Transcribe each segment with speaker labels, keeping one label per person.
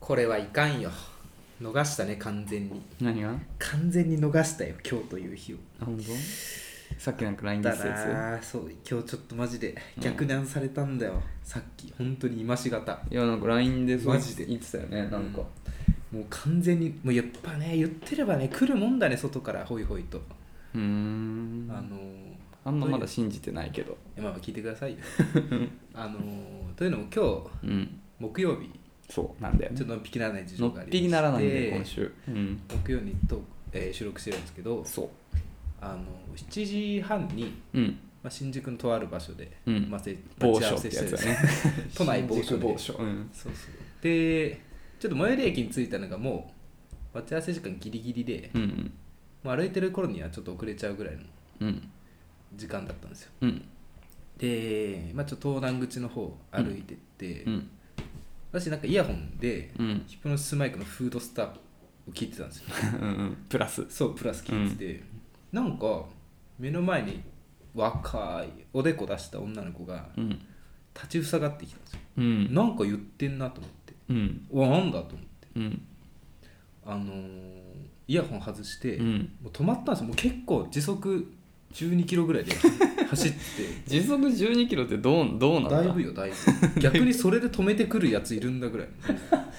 Speaker 1: これはいかんよ逃したね完全に
Speaker 2: 何が
Speaker 1: 完全に逃したよ今日という日を
Speaker 2: あ本当さっきなんか LINE で
Speaker 1: だ
Speaker 2: したや
Speaker 1: なあそう今日ちょっとマジで逆断されたんだよ、さっき本当に今しがた
Speaker 2: ついやなんか LINE でそう
Speaker 1: マジで
Speaker 2: 言ってたよねなんか、
Speaker 1: もう完全にもうやっぱね言ってればね来るもんだね外からホイホイと、
Speaker 2: うーん
Speaker 1: あの
Speaker 2: あんままだ信じてないけど
Speaker 1: ー、まあまあ聞いてくだ さいよあのー、というのも今日
Speaker 2: うん
Speaker 1: 木曜日
Speaker 2: そうなんだよ
Speaker 1: ちょ
Speaker 2: ね
Speaker 1: っとのっぴきならない事
Speaker 2: の
Speaker 1: 情
Speaker 2: っ
Speaker 1: がありま
Speaker 2: ぴ
Speaker 1: して
Speaker 2: きならないんで今週うん
Speaker 1: 木曜にと、えー収録してるんですけど
Speaker 2: そ
Speaker 1: あの7時半に、
Speaker 2: ううん
Speaker 1: まあ、新宿のとある場所で、
Speaker 2: うん
Speaker 1: まあ、せ
Speaker 2: 某
Speaker 1: 待ち合
Speaker 2: 所
Speaker 1: わ
Speaker 2: って
Speaker 1: せし
Speaker 2: やつ
Speaker 1: て
Speaker 2: だ
Speaker 1: る
Speaker 2: ね
Speaker 1: 都内某所で
Speaker 2: 新宿某所うん
Speaker 1: そうそうでちょっと最寄り駅に着いたのがもう待ち合わせ時間ギリギリで、
Speaker 2: うん
Speaker 1: まあ、歩いてる頃にはちょっと遅れちゃうぐらいの
Speaker 2: うん
Speaker 1: 時間だったんですよ
Speaker 2: うん
Speaker 1: で、まあ、ちょっと東南口の方歩いてって、
Speaker 2: うん
Speaker 1: 私なんかイヤホンで
Speaker 2: うん
Speaker 1: ヒプノシスマイクのフードスターを聞いてたんですよ
Speaker 2: うんプラス
Speaker 1: そうプラス聞いてて、なんか目の前に若いおでこ出した女の子が
Speaker 2: うん
Speaker 1: 立ちふさがってきたんですよ、
Speaker 2: うん
Speaker 1: なんか言ってんなと思って
Speaker 2: うん
Speaker 1: うわなんだと思って
Speaker 2: うん
Speaker 1: あのーイヤホン外して、
Speaker 2: うん
Speaker 1: もう止まったんですよもう結構時速12キロぐらいで 走って
Speaker 2: 時速12キロってどうどうなんだ
Speaker 1: だいぶよだい ぶ逆にそれで止めてくるやついるんだぐらい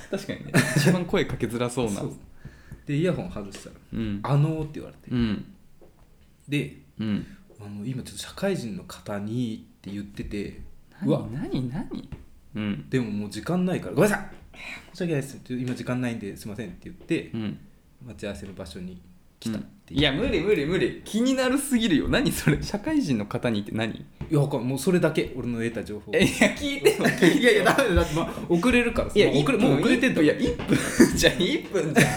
Speaker 2: 確かにね一番声かけづらそうな
Speaker 1: そうでイヤホン外したら
Speaker 2: うん
Speaker 1: 「あのー」って言われて
Speaker 2: うん
Speaker 1: で
Speaker 2: うん
Speaker 1: あの今ちょっと社会人の方にって言っててうわ
Speaker 2: 何何何うん
Speaker 1: でももう時間ないから「ごめんなさい申し訳ないですちょっと今時間ないんですいません」って言って
Speaker 2: うん
Speaker 1: 待ち合わせの場所に来たっていう、
Speaker 2: いや無理無理無理気になるすぎるよ何それ社会人の方にって何
Speaker 1: いやわかんないもうそれだけ俺の得た情報
Speaker 2: えいや聞いても聞 いても
Speaker 1: いやいやだめだって、まあ、遅れるからさ
Speaker 2: いや
Speaker 1: まあ遅れ
Speaker 2: 一分
Speaker 1: もう遅れてんだ
Speaker 2: いや1分じゃん1 分じゃん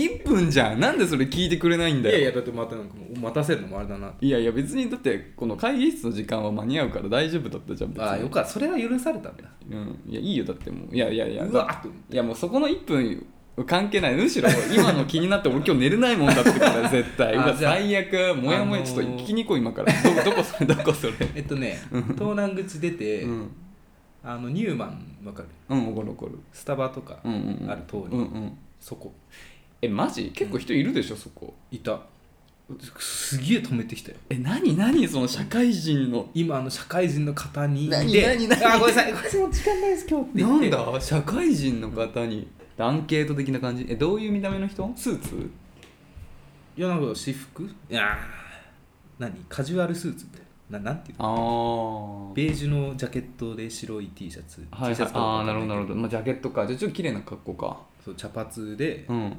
Speaker 2: 1分じゃんなんでそれ聞いてくれないん
Speaker 1: い
Speaker 2: だよ
Speaker 1: やいやだってまたなんかもう待たせるのもあれだない
Speaker 2: やいや別にだってこの会議室の時間は間に合うから大丈夫だったじゃん別に
Speaker 1: ああよかったそれは許されたんだ
Speaker 2: うん、いやいいよだってもういやいやいや
Speaker 1: うわ
Speaker 2: だ
Speaker 1: っと思っ
Speaker 2: いやもうそこの1分関係ないむしろ今の気になっ て俺今日寝れないもんだってから絶対
Speaker 1: あ
Speaker 2: うわ
Speaker 1: じゃあ
Speaker 2: 最悪もやもや
Speaker 1: あのー
Speaker 2: ちょっと聞きに行こう今からどど こそれどこそれ
Speaker 1: てえっとね東南口出て、
Speaker 2: うん
Speaker 1: あのニューマンわかる
Speaker 2: うん怒る怒る
Speaker 1: スタバとか
Speaker 2: うんうんうん
Speaker 1: ある通り、
Speaker 2: うんうん
Speaker 1: そこ
Speaker 2: えマジ結構人いるでしょ、そこ
Speaker 1: いたすげえ止めてきたよ
Speaker 2: え何何その社会人の
Speaker 1: 今あの社会人の方に
Speaker 2: 何
Speaker 1: で
Speaker 2: 何何
Speaker 1: あごめんなさいごめんなさいもう時間ないです今日って
Speaker 2: な
Speaker 1: 言って
Speaker 2: んだ社会人の方に、アンケート的な感じえどういう見た目の人スーツ
Speaker 1: いやなんか私服いやー何カジュアルスーツみたいなななんていうの
Speaker 2: ああ
Speaker 1: ベージュのジャケットで白い T シャツ、
Speaker 2: はい、
Speaker 1: T シャ
Speaker 2: はい
Speaker 1: ツ、か
Speaker 2: ああ
Speaker 1: わ
Speaker 2: ー
Speaker 1: か
Speaker 2: な
Speaker 1: いけ
Speaker 2: んるほどなるほど、まあ、ジャケットかじゃあちょっと綺麗な格好か
Speaker 1: そう茶髪で
Speaker 2: うん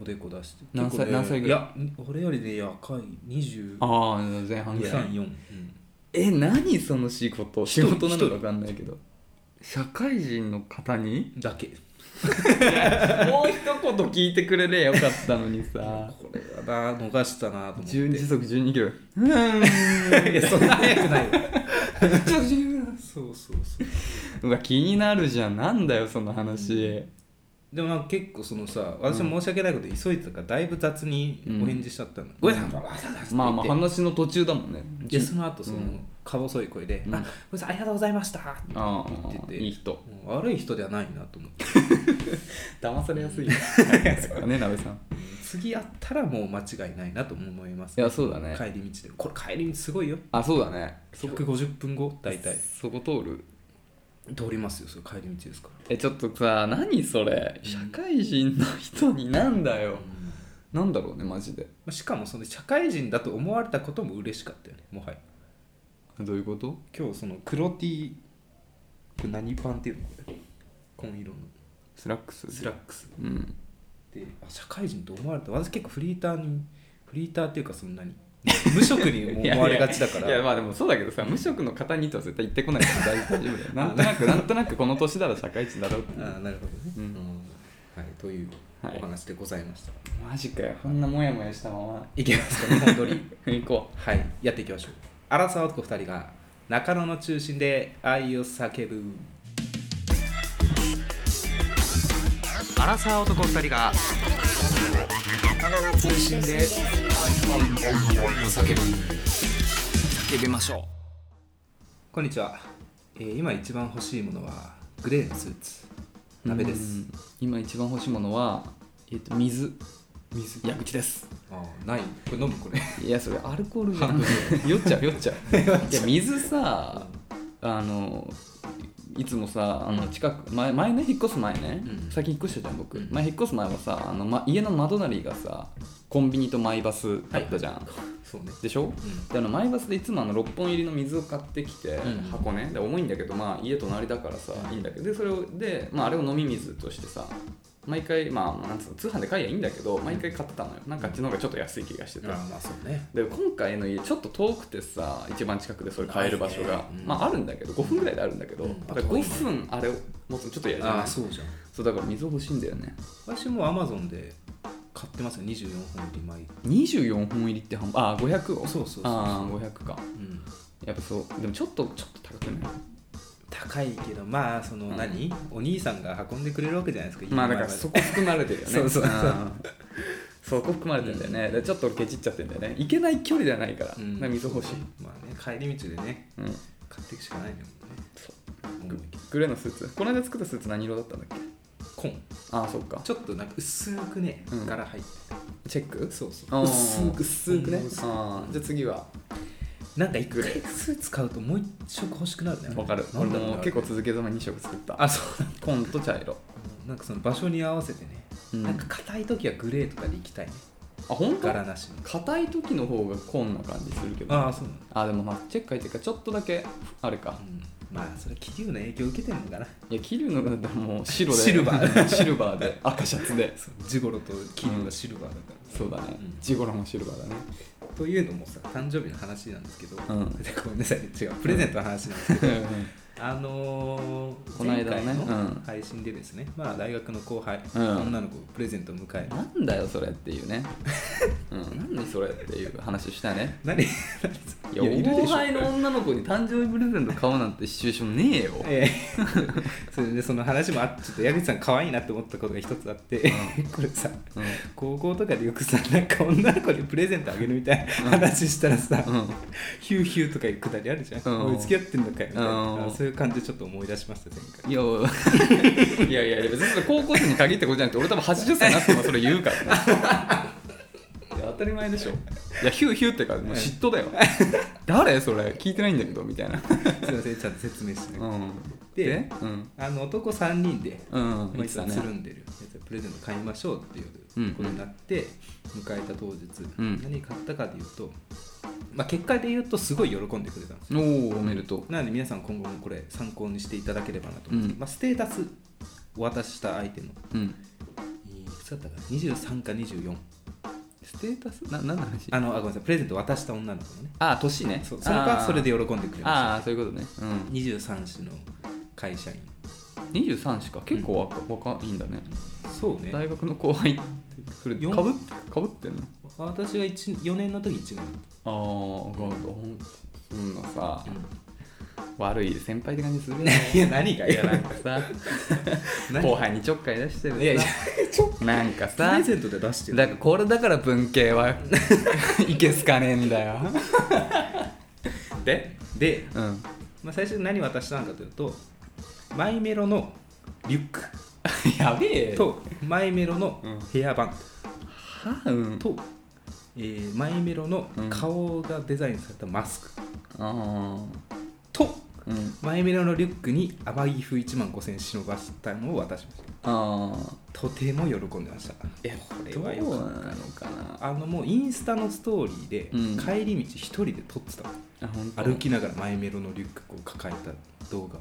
Speaker 1: おでこ出して
Speaker 2: 何歳
Speaker 1: 結構ね
Speaker 2: 何歳ぐら
Speaker 1: いや俺よりね若い
Speaker 2: あ
Speaker 1: 20234
Speaker 2: あ前半ぐらい
Speaker 1: うん
Speaker 2: え何その仕事仕
Speaker 1: 一人
Speaker 2: 事なのか分かんないけど社会人の方に
Speaker 1: だけ
Speaker 2: もう一言聞いてくれればよかったのに さ
Speaker 1: これはな逃したなと思って
Speaker 2: 12時速12キロうーん
Speaker 1: いやそんな早くないよ
Speaker 2: ちょっと12分
Speaker 1: そうそうそう
Speaker 2: うわ気になるじゃんなんだよその話
Speaker 1: でもなんか結構そのさ私も申し訳ないこと急いでたからだいぶ雑にお返事しちゃったの、ごめんなさいわざわざって
Speaker 2: まあまあ
Speaker 1: 言って
Speaker 2: 話の途中だもんね
Speaker 1: でその後その、
Speaker 2: うん
Speaker 1: か細い声で「
Speaker 2: うん
Speaker 1: あごめんなさいありがとうございました」って
Speaker 2: あ
Speaker 1: 言って
Speaker 2: あ
Speaker 1: て
Speaker 2: いい人
Speaker 1: もう悪い人ではないなと思って
Speaker 2: 騙されやすいですから ね鍋さん
Speaker 1: 次会ったらもう間違いないなと思います
Speaker 2: いやそうだね
Speaker 1: 帰り道でこれ帰り道すごいよ
Speaker 2: あそうだねそこ
Speaker 1: 150分後大体
Speaker 2: そこ通る
Speaker 1: 通りますよそれ帰り道ですか
Speaker 2: えちょっとさ何それ社会人の人になんだよ
Speaker 1: ら、ま
Speaker 2: なんだろうねマジで
Speaker 1: あしかもその社会人だと思われたことも嬉しかったよねもはや
Speaker 2: どういうこと
Speaker 1: 今日その黒 T これ何パンっていうのこれ紺色の
Speaker 2: スラックス
Speaker 1: スラックス
Speaker 2: うん
Speaker 1: であ社会人と思われた私結構フリーターにフリーターっていうかそんなに無職に思われがちだ から
Speaker 2: いやいやいやまあでもそうだけどさ無職の方にとは絶対言ってこないから大丈夫 だよなんとなくなんとなくこの年なら社会人だろうっていう
Speaker 1: あーなるほどね、
Speaker 2: うん
Speaker 1: はい、という
Speaker 2: はい
Speaker 1: お話でございました、
Speaker 2: マジかよこんなモヤモヤしたまま
Speaker 1: い、けますか日本撮り
Speaker 2: 行 こ
Speaker 1: はいやっていきましょう荒沢男2人が中野の中心で愛を叫ぶ荒沢男2人が中野の中心で愛を叫ぶ
Speaker 2: う叫びましょ
Speaker 1: こんにちは、えー今一番欲しいものはグレーのスーツ
Speaker 2: う
Speaker 1: 鍋です、
Speaker 2: うん今一番欲しいものは、えっと水
Speaker 1: 水
Speaker 2: 薬口です
Speaker 1: あーないこれ飲むこれ
Speaker 2: いやそれアルコールじゃ
Speaker 1: ハン
Speaker 2: ん
Speaker 1: ド
Speaker 2: 酔っちゃ う酔っちゃういや水さあのいつもさあの近く前前ね引っ越す前ね、
Speaker 1: うん
Speaker 2: 最近引っ越したじゃん僕、
Speaker 1: うん
Speaker 2: 前引っ越す前はさあの、ま、家の窓なりがさコンビニとマイバスだったじゃん、
Speaker 1: そうね
Speaker 2: でしょ
Speaker 1: う
Speaker 2: であのマイバスでいつもあの6本入りの水を買ってきて、
Speaker 1: ん
Speaker 2: 箱ねで重いんだけど、まあ、家隣だからさいいんだけどでそれをで、まあ、あれを飲み水としてさ毎回、まあ、なんつうの通販で買えばいいんだけど毎回買ってたのよなんかあっちの方がちょっと安い気がしてて、
Speaker 1: んあーまあそうね
Speaker 2: で今回の家ちょっと遠くてさ一番近くでそれ買える場所が、
Speaker 1: うん
Speaker 2: まああるんだけど5分ぐらいであるんだけど、
Speaker 1: うん
Speaker 2: だから5分あれを持つのちょっと嫌じゃ
Speaker 1: あ
Speaker 2: な
Speaker 1: あ
Speaker 2: いそう
Speaker 1: そうじゃん
Speaker 2: だから水欲しいんだよね
Speaker 1: 私もアマゾンで買ってますよ24本リマイ
Speaker 2: 24本入りって半分あ500を
Speaker 1: そうそうそうそう
Speaker 2: ああ500か
Speaker 1: うん
Speaker 2: やっぱそうでもちょっとちょっと高くない
Speaker 1: 高いけどまあその
Speaker 2: うん
Speaker 1: 何、お兄さんが運んでくれるわけじゃないですか
Speaker 2: まあだからそこ含まれてるよね
Speaker 1: そうそうそう
Speaker 2: あーそこ含まれてんだよね、でちょっと俺ケチっちゃってんだよねいけない距離ではないから,、
Speaker 1: うん
Speaker 2: 水欲しい、
Speaker 1: まあね帰り道でね
Speaker 2: うん、
Speaker 1: 買っていくしかないのよね
Speaker 2: そう
Speaker 1: 思うけど
Speaker 2: グレーのスーツこの間作ったスーツ何色だったんだっけ
Speaker 1: コン
Speaker 2: ああそっか
Speaker 1: ちょっとなんか薄くね、
Speaker 2: うん
Speaker 1: 柄入って
Speaker 2: チェック
Speaker 1: るそうそ
Speaker 2: あー
Speaker 1: う薄く
Speaker 2: 薄くね
Speaker 1: 薄く
Speaker 2: あーじゃあ次は
Speaker 1: なんか一回スーツ買うともう一色欲しくなるね
Speaker 2: わかる
Speaker 1: な
Speaker 2: 俺
Speaker 1: んだろうね
Speaker 2: も
Speaker 1: あれ
Speaker 2: 結構続けざまに2色作った
Speaker 1: あそう
Speaker 2: 紺と茶色
Speaker 1: なんかその場所に合わせてね、
Speaker 2: うん
Speaker 1: なんか硬い時はグレーとかで行きたいね
Speaker 2: あ本当
Speaker 1: 柄なしの
Speaker 2: 硬い時の方が紺な感じするけど
Speaker 1: ああそうなんだ、
Speaker 2: あでもまあチェック入ってるからちょっとだけあるか
Speaker 1: うん、まあそれ桐生の影響受けてるのかない
Speaker 2: や桐生のだったらもう白で
Speaker 1: シルバ
Speaker 2: ーシルバーで赤シャツで
Speaker 1: そうジゴロと桐生がシルバーだから、
Speaker 2: そうだね
Speaker 1: うん
Speaker 2: ジゴロもシルバーだね
Speaker 1: というのもさ誕生日の話なんですけど、
Speaker 2: うん
Speaker 1: で ごめんなさい違うプレゼントの話なんですけど、 あのー、
Speaker 2: この間ね
Speaker 1: 前回
Speaker 2: うん
Speaker 1: 配信でですね、まあ、大学の後輩、
Speaker 2: うん
Speaker 1: 女の子をプレゼントを迎える
Speaker 2: なんだよそれっていうねうん何それっていう話したね
Speaker 1: 何い
Speaker 2: いや
Speaker 1: いるでしょ
Speaker 2: 後輩の女の子に誕生日プレゼント買おうなんてシチュエーションねえよ
Speaker 1: え えそれでその話もあってちょっと矢口さん可愛いなって思ったことが一つあって、 これさ
Speaker 2: うん
Speaker 1: 高校とかでよくさなんか女の子にプレゼントあげるみたいな話したらさ、
Speaker 2: うん
Speaker 1: ヒューヒューとかいうくだりあるじゃん、
Speaker 2: うん
Speaker 1: おい付き合ってんのかよみたいな、
Speaker 2: うん
Speaker 1: そういう感じでちょっと思い出しました前回
Speaker 2: いやいやいやいや別にそれ高校生に限ってことじゃなくて俺多分80歳になってもそれ言うからねいや当たり前でしょいやヒューヒューってかもう嫉妬だよ誰それ聞いてないんだけどみたいな
Speaker 1: すいませんちゃんと説明してなくて
Speaker 2: うん
Speaker 1: で
Speaker 2: うん
Speaker 1: あの男3人で、
Speaker 2: うん
Speaker 1: まあ、
Speaker 2: 言
Speaker 1: い
Speaker 2: っ
Speaker 1: つ
Speaker 2: て
Speaker 1: も
Speaker 2: たね
Speaker 1: つるんでるやつプレゼント買いましょうって
Speaker 2: うん
Speaker 1: いうことになって、迎えた当日、
Speaker 2: うん
Speaker 1: 何買ったかでいうと、まあ、結果で言うとすごい喜んでくれたんですよ
Speaker 2: おおおめでとう
Speaker 1: なので皆さん今後もこれ参考にしていただければなと思って、
Speaker 2: うん
Speaker 1: まあ、ステータスお渡しした相手の
Speaker 2: うん
Speaker 1: いくつだったかな23か24
Speaker 2: ステータスな何の話
Speaker 1: あのあごめんなさいプレゼント渡した女の子のね
Speaker 2: あ年ね
Speaker 1: そうそれがそれで喜んでくれました
Speaker 2: あーあーそういうことね、うん、
Speaker 1: 23歳の会社員
Speaker 2: 23しか結構若,、若いんだね
Speaker 1: そうね
Speaker 2: 大学の後輩ってそれ
Speaker 1: 四
Speaker 2: かぶってかぶってんの
Speaker 1: 私が一4年の時1年
Speaker 2: ああガードほんそんなさ、悪い先輩って感じするよね
Speaker 1: いや何が
Speaker 2: いやなんか さ
Speaker 1: 何
Speaker 2: 後輩にちょっかい出してるさ
Speaker 1: いやいやちょっ
Speaker 2: なんか
Speaker 1: プ
Speaker 2: さ
Speaker 1: レゼントで出してる
Speaker 2: だからこれだから文系 はいけすかねえんだよ
Speaker 1: でで、
Speaker 2: うん
Speaker 1: まあ、最初に何渡したのかというとマイメロのリュック
Speaker 2: やべえ
Speaker 1: とマイメロのヘアバン
Speaker 2: はうん
Speaker 1: ドと、えーマイメロの
Speaker 2: うん
Speaker 1: 顔がデザインされたマスク
Speaker 2: あ
Speaker 1: と、
Speaker 2: ーうん
Speaker 1: マイメロのリュックに天城風1万5000円忍ばしたのを渡しました
Speaker 2: あ
Speaker 1: とても喜んでました
Speaker 2: ーいやこれは
Speaker 1: ど
Speaker 2: ど
Speaker 1: う
Speaker 2: う
Speaker 1: な
Speaker 2: な
Speaker 1: の
Speaker 2: のかな
Speaker 1: あのもうインスタのストーリーで、
Speaker 2: うん
Speaker 1: 帰り道一人で撮ってたの
Speaker 2: あ本当
Speaker 1: 歩きながらマイメロのリュックを抱えた動画を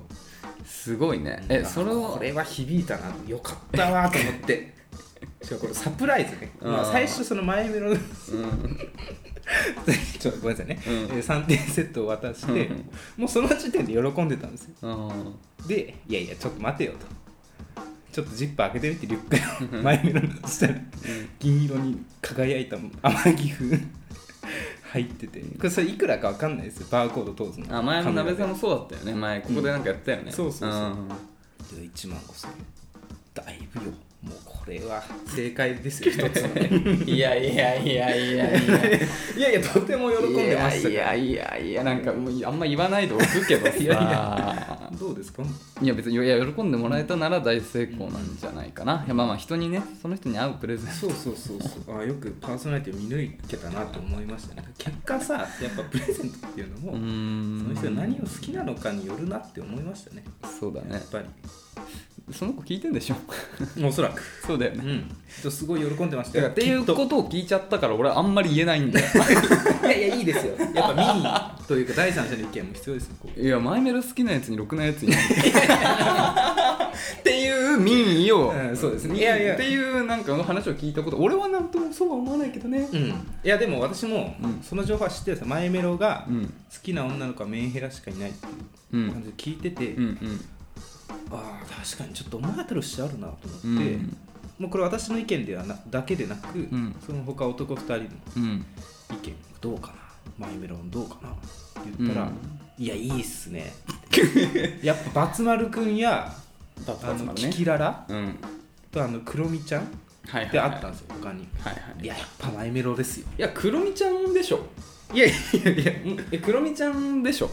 Speaker 2: すごいねえ
Speaker 1: あ
Speaker 2: それを
Speaker 1: これは響いたなよかったわと思って しかもこれサプライズね、まあ、
Speaker 2: あー
Speaker 1: 最初その前目の
Speaker 2: うん
Speaker 1: ちょっとごめんなさいね、
Speaker 2: うん
Speaker 1: えー3点セットを渡して、
Speaker 2: うん
Speaker 1: もうその時点で喜んでたんですよ
Speaker 2: うん
Speaker 1: でいやいやちょっと待てよとちょっとジップ開けてみてリュッ クの前目のしたら銀色に輝いた天城風入っててこれそれいくらかわかんないですよバーコード当時の
Speaker 2: あ前も鍋さん
Speaker 1: の
Speaker 2: もそうだったよね前ここでなんかやったよね、
Speaker 1: うんそうそうそうん1万5000円だいぶよもうこれは正解ですよ一 つの
Speaker 2: いやいやいやいやいや
Speaker 1: いやいやと ても喜んでました
Speaker 2: い
Speaker 1: よ
Speaker 2: やいやいやいやなんかもうあんま言わないでおくけどさ
Speaker 1: いやいやどうですか
Speaker 2: いや別にいや喜んでもらえたなら大成功なんじゃないかな、いやまあまあ人にねその人に合うプレゼント
Speaker 1: そうそうそうそうあよくパーソナリティを見抜けたなと思いましたね結果さやっぱプレゼントっていうのも、
Speaker 2: うー
Speaker 1: その人
Speaker 2: ん
Speaker 1: が何を好きなのかによるなって思いましたね
Speaker 2: そうだ
Speaker 1: や
Speaker 2: ね
Speaker 1: っぱり
Speaker 2: その子聞いてんでしょ
Speaker 1: おそらく
Speaker 2: そうだよ
Speaker 1: う
Speaker 2: ね
Speaker 1: んすごい喜んでましたよ
Speaker 2: っていう
Speaker 1: き
Speaker 2: ことを聞いちゃったから俺はあんまり言えないんだよ
Speaker 1: といやいやいいですよやっぱ見にというか第三者の意見も必要ですよこう
Speaker 2: いやマイメロ好きなやつにろくなやついない っていう民意を、
Speaker 1: うんそうですね
Speaker 2: 民意
Speaker 1: いやいや
Speaker 2: っていうなんか話を聞いたこと俺はなんともそうは思わないけどね
Speaker 1: うん、いやでも私も
Speaker 2: うん
Speaker 1: その情報は知ってるんですよマイメロが
Speaker 2: うん
Speaker 1: 好きな女の子はメンヘラしかいないっていう
Speaker 2: うんうん
Speaker 1: 感じで聞いてて、
Speaker 2: うん
Speaker 1: ああ確かにちょっと思い当たる節あるなと思って、
Speaker 2: うんうん
Speaker 1: もうこれ私の意見ではなだけでなく、
Speaker 2: ん
Speaker 1: その他男2人の
Speaker 2: うん
Speaker 1: 意見どうかなマイメロンどうかな言ったら、
Speaker 2: うん
Speaker 1: いやいいっすね やっぱバツ丸くんや
Speaker 2: バツ
Speaker 1: あ
Speaker 2: バツ
Speaker 1: の
Speaker 2: 丸ね
Speaker 1: キキララ
Speaker 2: うん
Speaker 1: とあのクロミちゃん
Speaker 2: はいはいはい
Speaker 1: であったんですよ他に
Speaker 2: はいはい
Speaker 1: いややっぱマイメロですよ、
Speaker 2: いや、クロミちゃんでしょ。いやいやいや、えクロミちゃんでしょ。
Speaker 1: う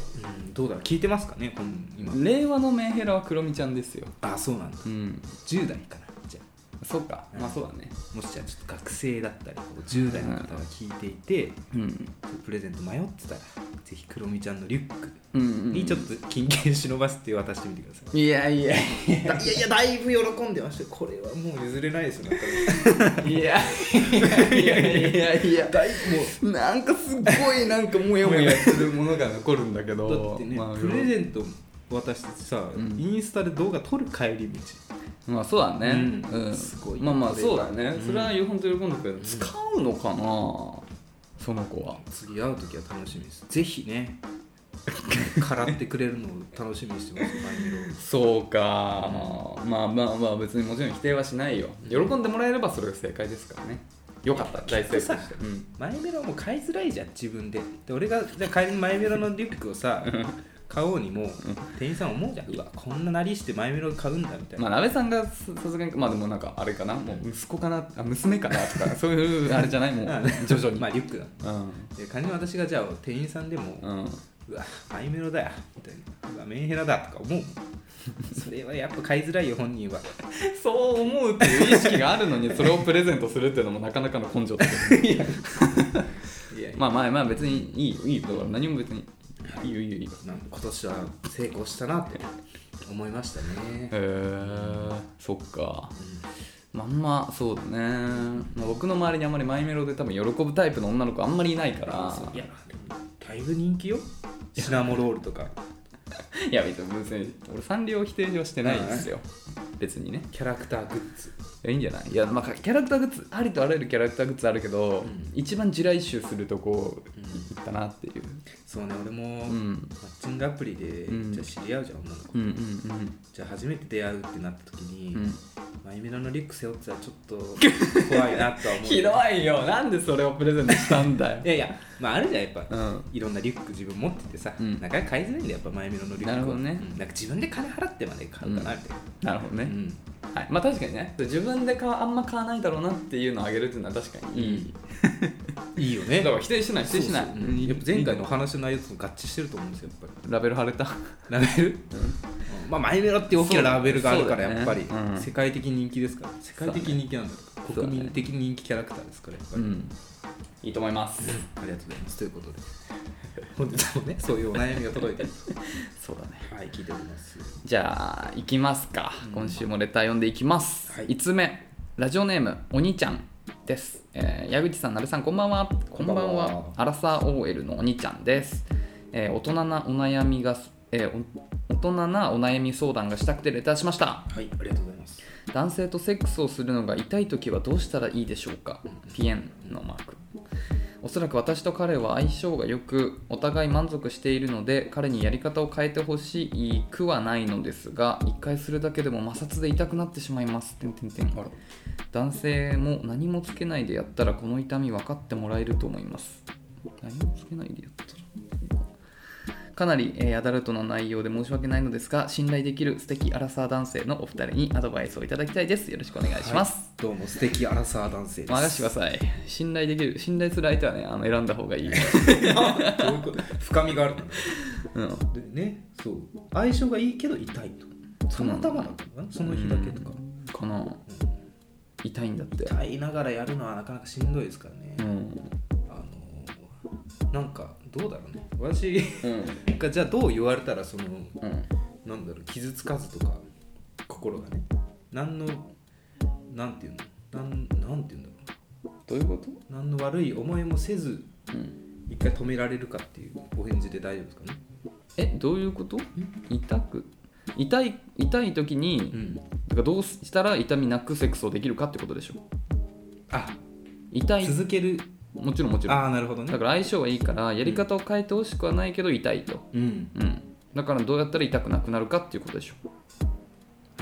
Speaker 1: ん、どうだろう聞いてますかねこの今
Speaker 2: 令和のメンヘラはクロミちゃんですよ。
Speaker 1: あそうなんだ
Speaker 2: うん。
Speaker 1: 10代かなじゃあ
Speaker 2: そうか。まあそうだね。
Speaker 1: もしじゃあちょっと学生だったりこう10代の方が聞いていて、
Speaker 2: うん。
Speaker 1: プレゼント迷ってたらぜひクロミちゃんのリュック
Speaker 2: うん、うん。
Speaker 1: にちょっと金券忍ばせて渡してみてください、
Speaker 2: いやいや
Speaker 1: いやいやだいぶ喜んでましたよこれはもう譲れないですよね
Speaker 2: いやいやいやいや
Speaker 1: だい
Speaker 2: なんかすごいなんかモヤモヤするものが残るんだけ
Speaker 1: も うだ
Speaker 2: ど
Speaker 1: ってね、
Speaker 2: まあ、
Speaker 1: プレゼント渡してさ、
Speaker 2: うん
Speaker 1: インスタで動画撮る帰り道
Speaker 2: まあそうだね
Speaker 1: う
Speaker 2: うんん、
Speaker 1: すごい
Speaker 2: まあまあそうだね、
Speaker 1: うん
Speaker 2: それは本当に喜んでくれる、使うのかなその子は
Speaker 1: 次会う時は楽しみですぜひ ねからってくれるのを楽しみにしてますマイメロ
Speaker 2: そうか、まあまあまあ別にもちろん否定はしないよ喜んでもらえればそれが正解ですからねよかった大成功してうん
Speaker 1: マイメロも買いづらいじゃん自分でで俺がじゃあ帰りにマイメロのリュックをさ買おうにも店員さん思うじゃんうわこんななりしてマイメロ買うんだみたいな、
Speaker 2: まあ、鍋さんがささすがにまあでもなんかあれかなもう息子かなあ娘かなとかそういうあれじゃないもう
Speaker 1: うん
Speaker 2: 徐々に、
Speaker 1: ま あリュックだ
Speaker 2: うん
Speaker 1: で仮に私がじゃあ店員さんでも、う
Speaker 2: うん、
Speaker 1: わマイメロだよみたいなうわメンヘラだとか思うもんそれはやっぱ買いづらいよ本人は
Speaker 2: そう思うっていう意識があるのにそれをプレゼントするっていうのもなかなかの根性だけど
Speaker 1: いやいや
Speaker 2: まあまあまあ別にいいよいいよだから何も別にいいよいいよいいよ
Speaker 1: なんか今年は成功したなって思いましたね
Speaker 2: へ、えそっか
Speaker 1: うん
Speaker 2: まんまそうだね、まあ僕の周りにあんまりマイメロで多分喜ぶタイプの女の子あんまりいないから
Speaker 1: いやでもだいぶ人気よシナモロールとか
Speaker 2: いや別に別に俺サンリオ否定はしてないですよ別にね
Speaker 1: キャラクターグッズ
Speaker 2: いやいいんじゃないいやまあキャラクターグッズありとあらゆるキャラクターグッズあるけど、
Speaker 1: ん
Speaker 2: 一番地雷臭するとこ
Speaker 1: うん
Speaker 2: 行ったなっていう、
Speaker 1: そうね俺も、
Speaker 2: うん、う
Speaker 1: マッ
Speaker 2: ん
Speaker 1: チングアプリで、
Speaker 2: うん
Speaker 1: じゃあ知り合うじゃん女の子、
Speaker 2: うんうん
Speaker 1: じゃあ初めて出会うってなった時に、
Speaker 2: うん
Speaker 1: マイメロのリュック背負ってたらちょっと怖いなとは思う
Speaker 2: ひどいよなんでそれをプレゼントしたん だよ
Speaker 1: いやいやまああるじゃんやっぱ、
Speaker 2: うん
Speaker 1: いろんなリュック自分持っててさ、
Speaker 2: うん
Speaker 1: なかなか買いづらいんだよやっぱマイメロのリュックは
Speaker 2: なるほどね
Speaker 1: うんなんか自分で金払ってまで買うかなみたい
Speaker 2: なるほどね、
Speaker 1: な、うん
Speaker 2: はい、まあ確かにね自分で買わあんま買わないだろうなっていうのをあげるっていうのは確かにいい、
Speaker 1: いいよね
Speaker 2: だから否定しない否定しない
Speaker 1: そうそううんやっぱ前回のお話の内容と合致してると思うんですよやっぱり
Speaker 2: ラベル貼れた
Speaker 1: ラベル、まあマイメロって大きなラベルがあるから
Speaker 2: そうだね
Speaker 1: やっぱり、
Speaker 2: うん
Speaker 1: 世界的人気ですから世界的人気なんだから、
Speaker 2: そうだね
Speaker 1: 国民的人気キャラクターですからやっぱ
Speaker 2: う
Speaker 1: り、
Speaker 2: ん いいと思います
Speaker 1: ありがとうございますということで本日もねそういうお悩みが届いてる
Speaker 2: そうだね
Speaker 1: はい聞いております
Speaker 2: じゃあ行きますか、今週もレター読んでいきます、
Speaker 1: はい
Speaker 2: 5つ目ラジオネームお兄ちゃんです、えー矢口さんなべさんこんばんはこ
Speaker 1: んばんは
Speaker 2: アラサー OL のお兄ちゃんです、えー大人なお悩みが、えーお大人なお悩み相談がしたくてレターしました
Speaker 1: はいありがとうございます
Speaker 2: 男性とセックスをするのが痛い時はどうしたらいいでしょうかピエンのマークおそらく私と彼は相性が良くお互い満足しているので彼にやり方を変えてほしくはないのですが一回するだけでも摩擦で痛くなってしまいますてんてんてん男性も何もつけないでやったらこの痛み分かってもらえると思います何もつけないでやったらかなり、えーアダルトな内容で申し訳ないのですが信頼できる素敵アラサー男性のお二人にアドバイスをいただきたいですよろしくお願いします、
Speaker 1: どうも素敵アラサー男性です
Speaker 2: 任せてください信頼できる信頼する相手はねあの選んだ方がいい、
Speaker 1: どういうこと深みがある
Speaker 2: うん、
Speaker 1: でねそう相性がいいけど痛いと
Speaker 2: そ
Speaker 1: そう
Speaker 2: な
Speaker 1: の
Speaker 2: んだ
Speaker 1: 頭なのかなその日だけとか、
Speaker 2: かな痛いんだって
Speaker 1: 痛いながらやるのはなかなかしんどいですからね、
Speaker 2: うん、
Speaker 1: あのなんかどうだろうね私
Speaker 2: うん
Speaker 1: がじゃあどう言われたらその
Speaker 2: うん、
Speaker 1: なんだろう傷つかずとか心がね何のなんていうのなんなんていうんだろ
Speaker 2: どういうこと、
Speaker 1: う何の悪い思いもせず
Speaker 2: うん、
Speaker 1: 一回止められるかっていうお返事で大丈夫ですかね
Speaker 2: えどういうこと痛く痛い痛い時に、
Speaker 1: ん
Speaker 2: だからどうしたら痛みなくセックスをできるかってことでしょ
Speaker 1: あ
Speaker 2: 痛い
Speaker 1: 続ける
Speaker 2: もちろんもちろん
Speaker 1: ああなるほどね
Speaker 2: だから相性はいいからやり方を変えてほしくはないけど痛いと、
Speaker 1: うん
Speaker 2: うん、だからどうやったら痛くなくなるかっていうことでしょ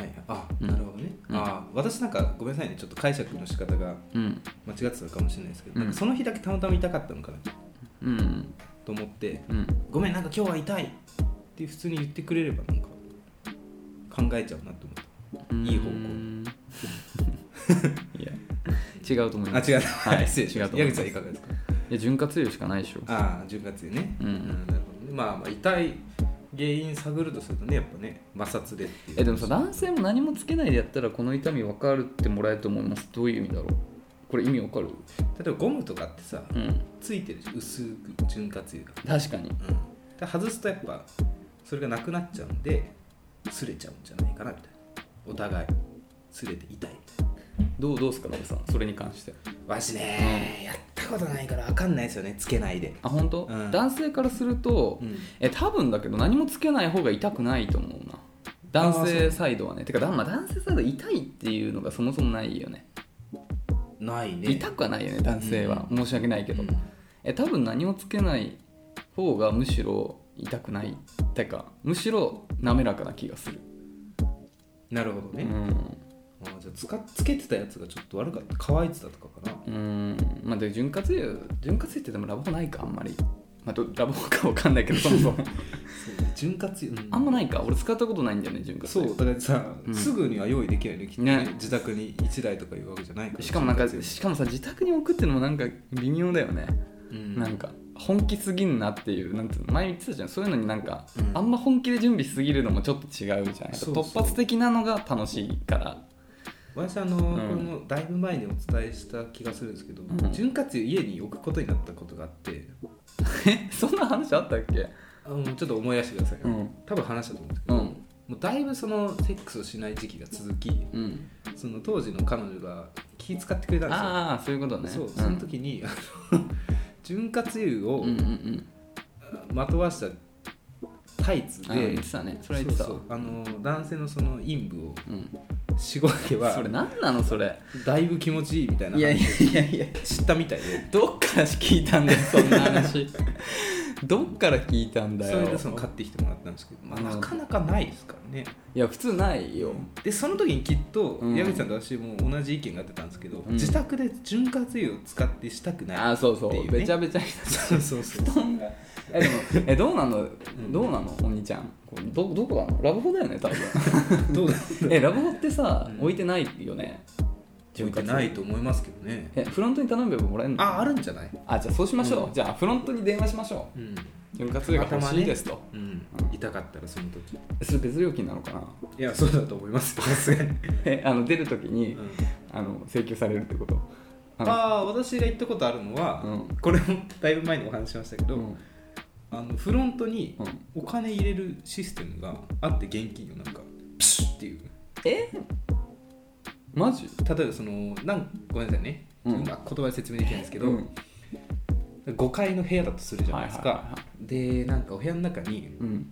Speaker 1: はいはいあ
Speaker 2: うん
Speaker 1: なるほどね、
Speaker 2: うん
Speaker 1: ああ私なんかごめんなさいねちょっと解釈の仕方が
Speaker 2: うん
Speaker 1: 間違ってたかもしれないですけど、
Speaker 2: うん
Speaker 1: なんかその日だけたまたま痛かったのかな
Speaker 2: うん
Speaker 1: と思って
Speaker 2: うん
Speaker 1: ごめんなんか今日は痛いって普通に言ってくれればなんか考えちゃうなと思った
Speaker 2: うん
Speaker 1: いい方向
Speaker 2: 向 いや違うと思い
Speaker 1: あ
Speaker 2: ます
Speaker 1: 違う、
Speaker 2: は い
Speaker 1: 失礼しま
Speaker 2: 違う
Speaker 1: した矢口
Speaker 2: と思います
Speaker 1: さんいかがですか
Speaker 2: いや潤滑油しかないでしょ
Speaker 1: ああ潤滑油ね、
Speaker 2: うん
Speaker 1: なるほどねまあ、まあ痛い原因探るとするとねやっぱね摩擦でっていう
Speaker 2: えでもさ男性も何もつけないでやったらこの痛み分かるってもらえると思いますどういう意味だろうこれ意味分かる
Speaker 1: 例えばゴムとかってさ
Speaker 2: うん
Speaker 1: ついてるじゃん薄く潤滑油が
Speaker 2: 確かに
Speaker 1: うん、で外すとやっぱそれがなくなっちゃうんで擦れちゃうんじゃないかなみたいなお互い擦れて痛いみたいな
Speaker 2: どうどうすかラブさんそれに関して
Speaker 1: わしね、やったことないから分かんないですよねつけないで、
Speaker 2: あ本当、
Speaker 1: うん
Speaker 2: 男性からすると、
Speaker 1: ん、
Speaker 2: え多分だけど何もつけない方が痛くないと思うな男性サイドはねてかだ、まあ、男性サイド痛いっていうのがそもそもないよね
Speaker 1: ないね
Speaker 2: 痛くはないよね男性は、申し訳ないけど、
Speaker 1: うん
Speaker 2: え多分何もつけない方がむしろ痛くないてかむしろ滑らかな気がする、
Speaker 1: なるほど
Speaker 2: う
Speaker 1: ね、
Speaker 2: ん
Speaker 1: あーじゃあつかつけてたやつがちょっと悪かった乾いてたとかかな
Speaker 2: うーんまあで潤滑油潤滑油ってでもラボホないかあんまり、まあ、どラボホかわかんないけ どそもそも
Speaker 1: 潤滑油、うん
Speaker 2: あんまないか俺使ったことないんだよね潤滑
Speaker 1: そ
Speaker 2: 油
Speaker 1: うだからさ、
Speaker 2: うん
Speaker 1: すぐには用意できないねきっと
Speaker 2: ね
Speaker 1: ね自宅に1台とかいうわけじゃないから
Speaker 2: しかもなんか
Speaker 1: 潤滑
Speaker 2: しかもさ自宅に置くってのもなんか微妙だよね、
Speaker 1: 油うん
Speaker 2: なんか本気すぎんなっていうなんていうの前言ってたじゃんそういうのになんか、
Speaker 1: うん
Speaker 2: あんま本気で準備しすぎるのもちょっと違うじゃんやっぱ
Speaker 1: そうそう
Speaker 2: 突発的なのが楽しいから
Speaker 1: 私あの、
Speaker 2: ん
Speaker 1: これもだいぶ前にお伝えした気がするんですけど、
Speaker 2: うん
Speaker 1: 潤滑油家に置くことになったことがあって
Speaker 2: えそんな話あったっけ
Speaker 1: あのちょっと思い出してください、
Speaker 2: うん
Speaker 1: 多分話したと思うんですけ
Speaker 2: う
Speaker 1: ど、
Speaker 2: ん
Speaker 1: もうだいぶそのセックスをしない時期が続き
Speaker 2: うん
Speaker 1: その当時の彼女が気遣ってくれたんですよ
Speaker 2: ああそういうことね
Speaker 1: そうその時に、あの 潤滑油
Speaker 2: うん
Speaker 1: を
Speaker 2: うんうんうん
Speaker 1: まとわしたタイツ
Speaker 2: あー
Speaker 1: で、
Speaker 2: 言ってたねそれは言ってた
Speaker 1: そう
Speaker 2: わ
Speaker 1: そうあの男性のその陰部を
Speaker 2: うん
Speaker 1: しごけば
Speaker 2: それ何なのそれ
Speaker 1: だいぶ気持ちいいみたいない
Speaker 2: やいやいやいや
Speaker 1: 知ったみたいで
Speaker 2: どっから聞いたんだよそんな話 どっから聞いたんだ
Speaker 1: そ
Speaker 2: よ
Speaker 1: れでその買ってきてもらったんですけど、まあ、
Speaker 2: うん
Speaker 1: なかなかないですからね
Speaker 2: いや普通ないよ
Speaker 1: でその時にきっと
Speaker 2: うん
Speaker 1: 矢口さんと私も同じ意見が出たんですけど、
Speaker 2: うん
Speaker 1: 自宅で潤滑油を使ってしたくない
Speaker 2: あーそうそう
Speaker 1: っていうね
Speaker 2: べちゃべちゃに
Speaker 1: そうそうそう
Speaker 2: 布団がえでもえどうなの
Speaker 1: ん
Speaker 2: どうなのお兄ちゃんこうどどこなのラブホだよね多分
Speaker 1: どうだ
Speaker 2: えラブホってさ
Speaker 1: うん
Speaker 2: 置いてないよね
Speaker 1: 置いてないと思いますけどね
Speaker 2: えフロントに頼めばもらえるの
Speaker 1: ああるんじゃない、
Speaker 2: あじゃあそうしましょう、じゃあフロントに電話しましょ
Speaker 1: うん
Speaker 2: う潤滑油が欲しいですと、
Speaker 1: うん、痛かったらその時
Speaker 2: えそれ別料金なのかない
Speaker 1: やそうだと思い ますさすがに、
Speaker 2: えあの出るときに、
Speaker 1: うん
Speaker 2: あの請求されるってことあの
Speaker 1: ああ私が言ったことあるのは、
Speaker 2: うん
Speaker 1: これもだいぶ前にお話ししましたけど、
Speaker 2: うん
Speaker 1: あのフロントに
Speaker 2: う
Speaker 1: お
Speaker 2: ん
Speaker 1: 金入れるシステムがあって現金をなんかプシュッっていう
Speaker 2: えマジ
Speaker 1: 例えばそのなんごめんなさいね、
Speaker 2: うん
Speaker 1: 今言葉で説明できないんですけど、
Speaker 2: うん
Speaker 1: 5階の部屋だとするじゃないですか、
Speaker 2: はいはいはいは
Speaker 1: でなんかお部屋の中に
Speaker 2: うん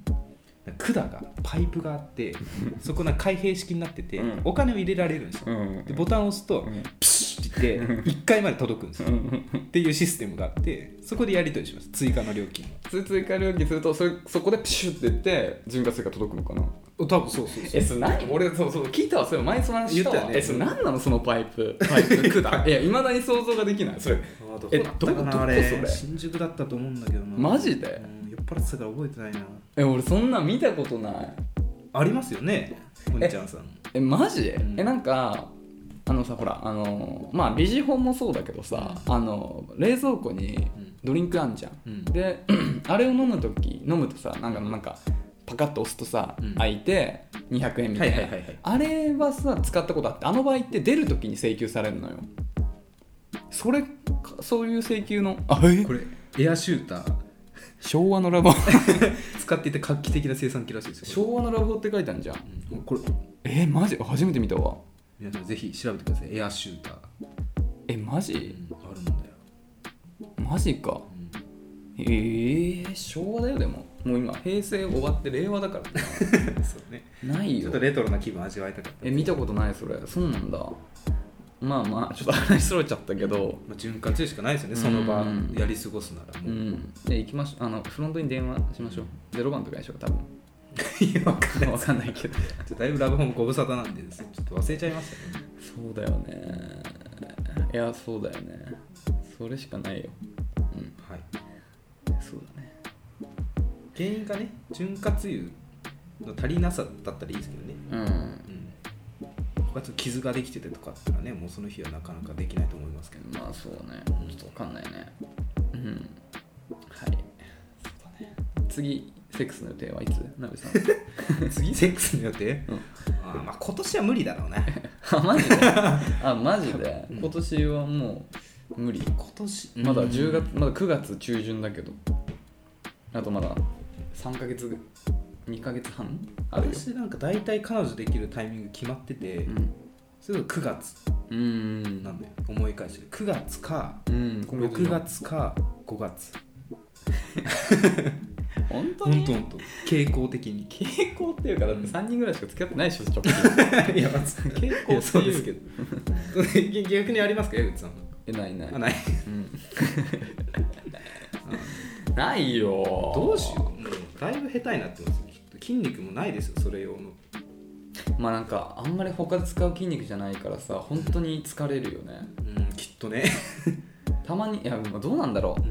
Speaker 1: 管がパイプがあってそこなんか開閉式になってて、
Speaker 2: うん
Speaker 1: お金を入れられるんですよ、
Speaker 2: うん
Speaker 1: でボタンを押すと、
Speaker 2: うん
Speaker 1: ピシッって1階まで届くんですよ、っていうシステムがあってそこでやり取りします追加の料金は
Speaker 2: つ追加料金するとそれそこでプシュっていって潤滑油が届くのかな
Speaker 1: 多分そうそう
Speaker 2: えそれ何俺そうそう聞いたわそれ前その話
Speaker 1: したわ
Speaker 2: え
Speaker 1: え
Speaker 2: そ
Speaker 1: そ
Speaker 2: れ
Speaker 1: れ
Speaker 2: 何なのそのパイプパイプ管 いやいまだに想像ができないそれ
Speaker 1: あーど
Speaker 2: え
Speaker 1: こだったか
Speaker 2: どこ
Speaker 1: な
Speaker 2: どこ
Speaker 1: あれ
Speaker 2: それ
Speaker 1: 新宿だったと思うんだけどな
Speaker 2: マジで
Speaker 1: うんやっ払ってたから覚えてないな
Speaker 2: え俺そんなん見たことない
Speaker 1: ありますよねこんちゃんさん
Speaker 2: えマジ、
Speaker 1: ん
Speaker 2: えなんかあのさほらあのまあビジホンもそうだけどさあの冷蔵庫に
Speaker 1: うん
Speaker 2: ドリンクあんじゃん、
Speaker 1: うん
Speaker 2: で あれを飲む時飲むとさなんかなんかパカッと押すとさ、
Speaker 1: うん
Speaker 2: 開いて200円みたいな、
Speaker 1: はいはいはいはい
Speaker 2: あれはさ使ったことあってあの場合って出る時に請求されるのよそれかそういう請求のあえ
Speaker 1: これエアシューター
Speaker 2: 昭和 のラボ
Speaker 1: 使っていて画期的な生産機らしいですよ
Speaker 2: 昭和のラボって書いてあるじゃん
Speaker 1: うんこれ
Speaker 2: えマジ初めて見たわ
Speaker 1: 皆さんぜひ調べてくださいエアシューター、
Speaker 2: えマジ
Speaker 1: あるんだよ、
Speaker 2: マジかえー、昭和だよでももう今平成終わって令和だからね
Speaker 1: そうね
Speaker 2: ない
Speaker 1: ちょ
Speaker 2: よ
Speaker 1: っとレトロな気分味わいたかった
Speaker 2: え見たことないそれそうなんだまあまあちょっと話それちゃったけど
Speaker 1: まあ、潤滑油しかないですよねその場
Speaker 2: うん
Speaker 1: やり過ごすなら
Speaker 2: う
Speaker 1: もう、
Speaker 2: んで行きましょうあのフロントに電話しましょう0番とかでしょ多分
Speaker 1: いやわかんない
Speaker 2: 分 かんないけど
Speaker 1: ちょっとだいぶラブホームご無沙汰なんでですねちょっと忘れちゃいましたね
Speaker 2: そうだよねいやそうだよねそれしかないようん
Speaker 1: はい
Speaker 2: そうだね
Speaker 1: 原因がね潤滑油の足りなさだったらいいですけどね
Speaker 2: うん
Speaker 1: うんこうやって傷ができててとかあったらねもうその日はなかなかできないと思いますけど
Speaker 2: まあそうねちょっとわかんないねうんはいそうだね次セックスの予定はいつなべさん
Speaker 1: 次セックスの予定、
Speaker 2: うん
Speaker 1: あーまあ今年は無理だろうな
Speaker 2: あマ ジであマジで今年はもう無理
Speaker 1: 今年
Speaker 2: まだ10月まだ9月中旬だけどあとまだ3ヶ月2ヶ月半あるよ
Speaker 1: 私なんか大体彼女できるタイミング決まってて、
Speaker 2: うん
Speaker 1: それが9月
Speaker 2: うーん
Speaker 1: なんだよ思い返して9月か
Speaker 2: うん今月
Speaker 1: 6月か5月
Speaker 2: 本当
Speaker 1: 本
Speaker 2: に
Speaker 1: 当本当傾向的に
Speaker 2: 傾向っていうかだって3人ぐらいしか付き合ってないでしょ直近
Speaker 1: いや傾
Speaker 2: 傾
Speaker 1: 向
Speaker 2: 向
Speaker 1: そう
Speaker 2: っ
Speaker 1: で
Speaker 2: てい
Speaker 1: す
Speaker 2: う
Speaker 1: けど 逆にありますか江口さん
Speaker 2: えないない
Speaker 1: あない
Speaker 2: うん ないよ
Speaker 1: どうしようもうだいぶ下手になってますよきっと筋肉もないですよそれ用の
Speaker 2: まあなんかあんまり他使う筋肉じゃないからさ本当に疲れるよね
Speaker 1: うんきっとね、
Speaker 2: たまにいやまあどうなんだろう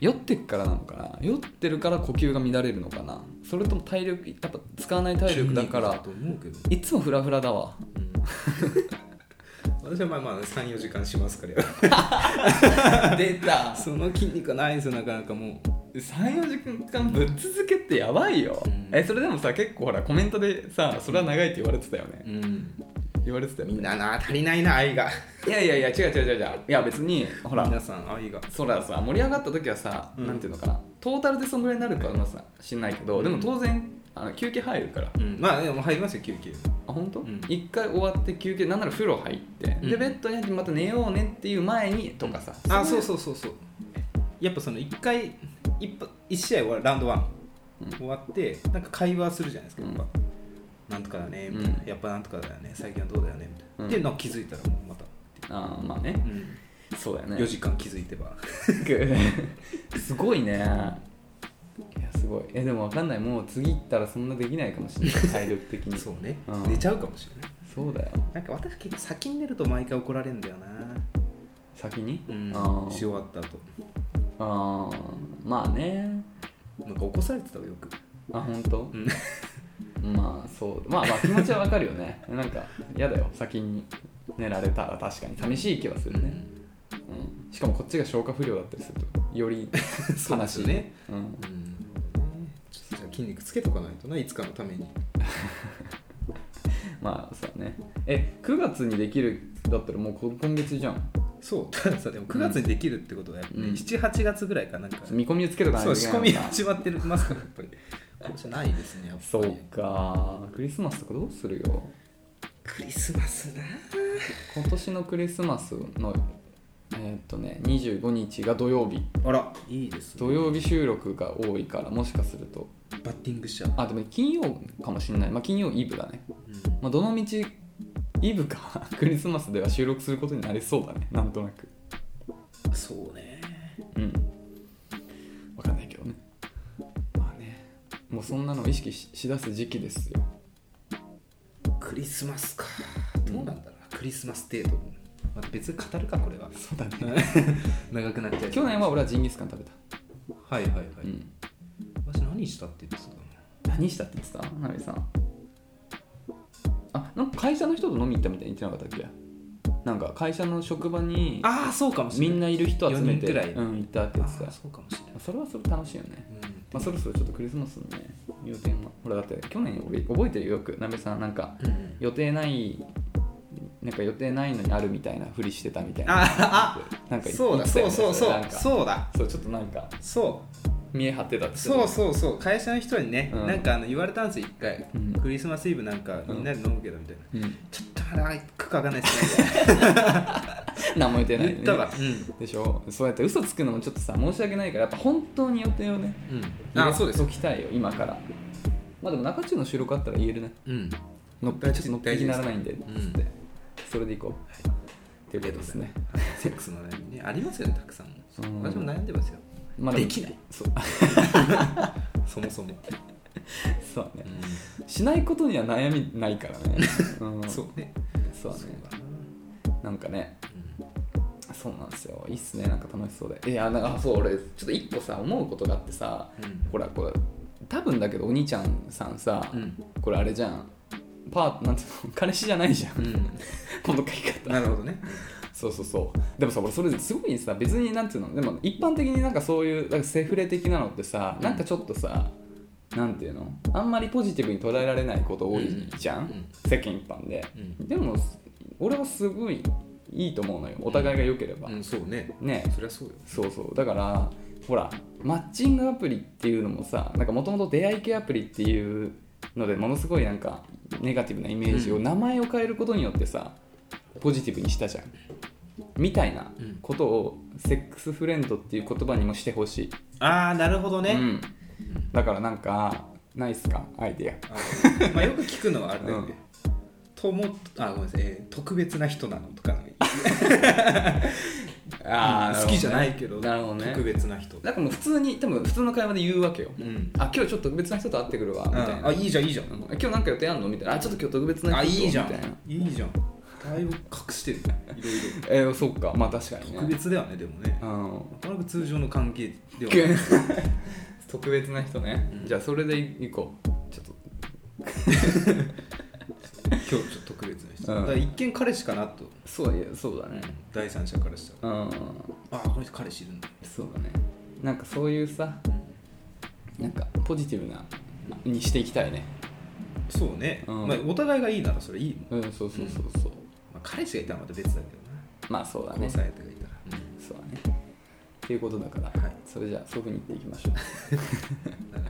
Speaker 2: 酔ってっからなのかな酔ってるから呼吸が乱れるのかなそれとも体力やっぱ使わない体力だ
Speaker 1: 筋
Speaker 2: か
Speaker 1: 肉
Speaker 2: ら
Speaker 1: と思うけど、
Speaker 2: いつもフラフラだわ
Speaker 1: 私はまあまあ34時間しますからよ
Speaker 2: 出た
Speaker 1: その筋肉がないんですよなかなかも
Speaker 2: 34時間ぶっ続けってやばいよ、
Speaker 1: うん
Speaker 2: えそれでもさ結構ほらコメントでさそれは長いって言われてたよね
Speaker 1: う、うん、
Speaker 2: 言われてたよ
Speaker 1: みん
Speaker 2: ね
Speaker 1: なな足りないな愛が
Speaker 2: いやいやいや違う違う違う違ういや別にほら
Speaker 1: 皆さん愛が
Speaker 2: そらさ盛り上がった時はさ、
Speaker 1: うん
Speaker 2: なんていうのかなトータルでそんぐらいになるかはまあさ知んないけど、でも当然あの休憩入るから
Speaker 1: うん、まあでも入りますよ休憩
Speaker 2: あ本当、
Speaker 1: うん
Speaker 2: 一回終わって休憩なんなら風呂入って、
Speaker 1: うん
Speaker 2: でベッドに入ってまた寝ようねっていう前にとかさ、
Speaker 1: あそう
Speaker 2: う
Speaker 1: そうそうそうやっぱその1回 1, 試合終わラウンド1、
Speaker 2: うん
Speaker 1: 終わってなんか会話するじゃないですかやっぱ、
Speaker 2: う
Speaker 1: なんとかだねみたいな、
Speaker 2: うん
Speaker 1: やっぱなんとかだよね最近はどうだよねみたいな、
Speaker 2: うん
Speaker 1: でなんか気づいたらもうまた、
Speaker 2: あーまあね
Speaker 1: う
Speaker 2: そうだよ
Speaker 1: ん、
Speaker 2: ね
Speaker 1: 4時間気づいてば
Speaker 2: すごいねいやすごいえでも分かんないもう次行ったらそんなできないかもしれない体力的に
Speaker 1: そうね、
Speaker 2: うん
Speaker 1: 寝ちゃうかもしれない
Speaker 2: そうだよ
Speaker 1: なんか私結構先に寝ると毎回怒られるんだよな、
Speaker 2: 先に、
Speaker 1: うん
Speaker 2: あ、
Speaker 1: し終
Speaker 2: ー
Speaker 1: わった後
Speaker 2: あーまあね
Speaker 1: なんか起こされてたわよく
Speaker 2: あ本当
Speaker 1: うん
Speaker 2: まあそうまあまあ気持ちはわかるよねなんか嫌だよ先に寝られたら確かに寂しい気はするね、うんしかもこっちが消化不良だったりするとより
Speaker 1: そう
Speaker 2: 悲
Speaker 1: です
Speaker 2: し
Speaker 1: よ
Speaker 2: い
Speaker 1: ね、
Speaker 2: うん、
Speaker 1: うんちょっとじゃあ筋肉つけとかないとないつかのために
Speaker 2: まあそうねえ9月にできるだったらもうこ今月じゃん
Speaker 1: そうたださでも9月にできるってことはやっぱね、
Speaker 2: うん
Speaker 1: 78月ぐらいかなんか、
Speaker 2: 見込みをつけとかない
Speaker 1: そ
Speaker 2: と
Speaker 1: う仕込み
Speaker 2: いけないのか
Speaker 1: 始まってますからやっぱりこれじゃないですねやっぱり
Speaker 2: そうかクリスマスとかどうするよ
Speaker 1: クリスマスな
Speaker 2: 今年のクリスマスのえーっとね25日が土曜日
Speaker 1: あらいいですね
Speaker 2: 土曜日収録が多いからもしかすると
Speaker 1: バッティングしちゃう、
Speaker 2: あでも金曜かもしれない、まあ、金曜イブだね、
Speaker 1: うん
Speaker 2: まあ、どのみちイブか クリスマスでは収録することになりそうだねなんとなく
Speaker 1: そうね
Speaker 2: うんわかんないけどねまあねもうそんなのを意識ししだす時期です よ
Speaker 1: クリスマスかどうなんだろう、クリスマスデートまた別に語るかこれは
Speaker 2: そうだね
Speaker 1: 長くなっちゃう
Speaker 2: 去年は俺はジンギスカン食べた、
Speaker 1: はいはいはい、
Speaker 2: うん
Speaker 1: 何したって言ってたの
Speaker 2: 何したって言ってた花火さんあなんか会社の人と飲み行ったみたいに言ってなかったっけなんか会社の職場に
Speaker 1: ああそうかもしれ
Speaker 2: み
Speaker 1: ない
Speaker 2: んないる人集めて
Speaker 1: 四人くらい
Speaker 2: うん、行ったって言って
Speaker 1: あー
Speaker 2: た
Speaker 1: そうかもしれない、
Speaker 2: それはそれ楽しいよねまあそろそろちょっとクリスマスのね予定もほらだって去年俺覚えてるよよくなべさんなんか
Speaker 1: うん
Speaker 2: 予定ないなんか予定ないのにあるみたいなふりしてたみたいな
Speaker 1: ああ
Speaker 2: なん
Speaker 1: あ
Speaker 2: か
Speaker 1: そうだ
Speaker 2: 言ってた
Speaker 1: そうそう
Speaker 2: よねれ
Speaker 1: そ
Speaker 2: なん
Speaker 1: う
Speaker 2: か
Speaker 1: そうだ
Speaker 2: そうちょっとなんか
Speaker 1: そう
Speaker 2: 見え張ってたって
Speaker 1: そうそうそう会社の人にね、
Speaker 2: うん
Speaker 1: なんかあの言われたんですよ一回、
Speaker 2: うん
Speaker 1: クリスマスイブなんかみんなで飲むけどみたいな、
Speaker 2: う、うん、
Speaker 1: ちょっとまだ行くか分かんないですね
Speaker 2: 何も言 ってない、
Speaker 1: 言ったから、うん
Speaker 2: でしょそうやって嘘つくのもちょっとさ申し訳ないからやっぱ本当に予定をね
Speaker 1: うん、あそうです
Speaker 2: 解きたいよ今からまあでも中中の収録あったら言えるね
Speaker 1: うん
Speaker 2: のっちょっとのっぺきにならないんでっつっ
Speaker 1: うん
Speaker 2: てそれでいこうっていうことですね
Speaker 1: セックスの悩みねありますよねたくさんも、
Speaker 2: うん
Speaker 1: 私も悩んでますよ
Speaker 2: まあも
Speaker 1: できない
Speaker 2: そう
Speaker 1: そもそも、
Speaker 2: そうねしないことには悩みないから ね、うん、
Speaker 1: そうね
Speaker 2: そうね
Speaker 1: だな
Speaker 2: なんかねそうなんですよいいっすねなんか楽しそうでいやなんかあそう俺ちょっと一個さ思うことがあってさ
Speaker 1: うん
Speaker 2: ほらこれ多分だけどお兄ちゃんさんさ、
Speaker 1: うん
Speaker 2: これあれじゃんパートなんていうの彼氏じゃないじゃん
Speaker 1: う
Speaker 2: この書き
Speaker 1: ん、
Speaker 2: 方
Speaker 1: なるほどね
Speaker 2: そうそうそうでもさ俺それすごいさ別になんていうのでも一般的になんかそういうなんかセフレ的なのってさ、なんかちょっとさなんていうのあんまりポジティブに捉えられないこと多いじゃん、
Speaker 1: うん
Speaker 2: 世間一般で、
Speaker 1: う
Speaker 2: でも俺はすごいいいと思うのよお互いが良ければ、
Speaker 1: うんそうね
Speaker 2: ね
Speaker 1: そりゃそうよ
Speaker 2: そうそうだからほらマッチングアプリっていうのもさなんかもともと出会い系アプリっていうのでものすごいなんかネガティブなイメージを、
Speaker 1: うん
Speaker 2: 名前を変えることによってさポジティブにしたじゃんみたいな
Speaker 1: うん
Speaker 2: ことをセックスフレンドっていう言葉にもしてほしい、
Speaker 1: ああなるほど
Speaker 2: う
Speaker 1: ね、
Speaker 2: ん、だからなんかないっすかアイディ
Speaker 1: あのまあ、よく聞くのはあれだよね、ともあごめんなさい、えー特別な人なのとか
Speaker 2: ア
Speaker 1: 好きじゃないけど
Speaker 2: なるほどね
Speaker 1: 特別な人、
Speaker 2: なんかもう普通に多分普通の会話で言うわけよ、
Speaker 1: うん
Speaker 2: あ今日ちょっと別な人と会ってくるわみたいな、
Speaker 1: あいいじゃんいいじゃ
Speaker 2: うん
Speaker 1: ん、
Speaker 2: 今日なんか予定あんのみたいなあちょっと今日特別な
Speaker 1: あい
Speaker 2: 日
Speaker 1: いじゃん
Speaker 2: みたいない
Speaker 1: いじゃんだいぶ隠してるねいろい
Speaker 2: えー、そっかまあ確かに
Speaker 1: ろ
Speaker 2: ね
Speaker 1: 特別だよねでもね
Speaker 2: う
Speaker 1: なんかなか通常の関係ではない
Speaker 2: け 特別な人ね、
Speaker 1: うん
Speaker 2: じゃあそれでいこうちょっと
Speaker 1: 今日ちょっと特別な人、
Speaker 2: うん
Speaker 1: だから一見彼氏かなと、
Speaker 2: そういやそうだね
Speaker 1: 第三者からしたら
Speaker 2: う
Speaker 1: あ
Speaker 2: ん
Speaker 1: あこの人彼氏いるんだ、
Speaker 2: そうだねなんかそういうさなんかポジティブなにしていきたいね
Speaker 1: そうね、
Speaker 2: うん
Speaker 1: まあ、お互いがいいならそれいいもん、
Speaker 2: うんそうそうそうそ
Speaker 1: ま
Speaker 2: う、
Speaker 1: あ、彼氏がいたらまた別だけどな
Speaker 2: まあそうだね
Speaker 1: 交際相手がいたら、
Speaker 2: そうだねっていうことだから、
Speaker 1: はい
Speaker 2: それじゃあそういうふうに言っていきましょう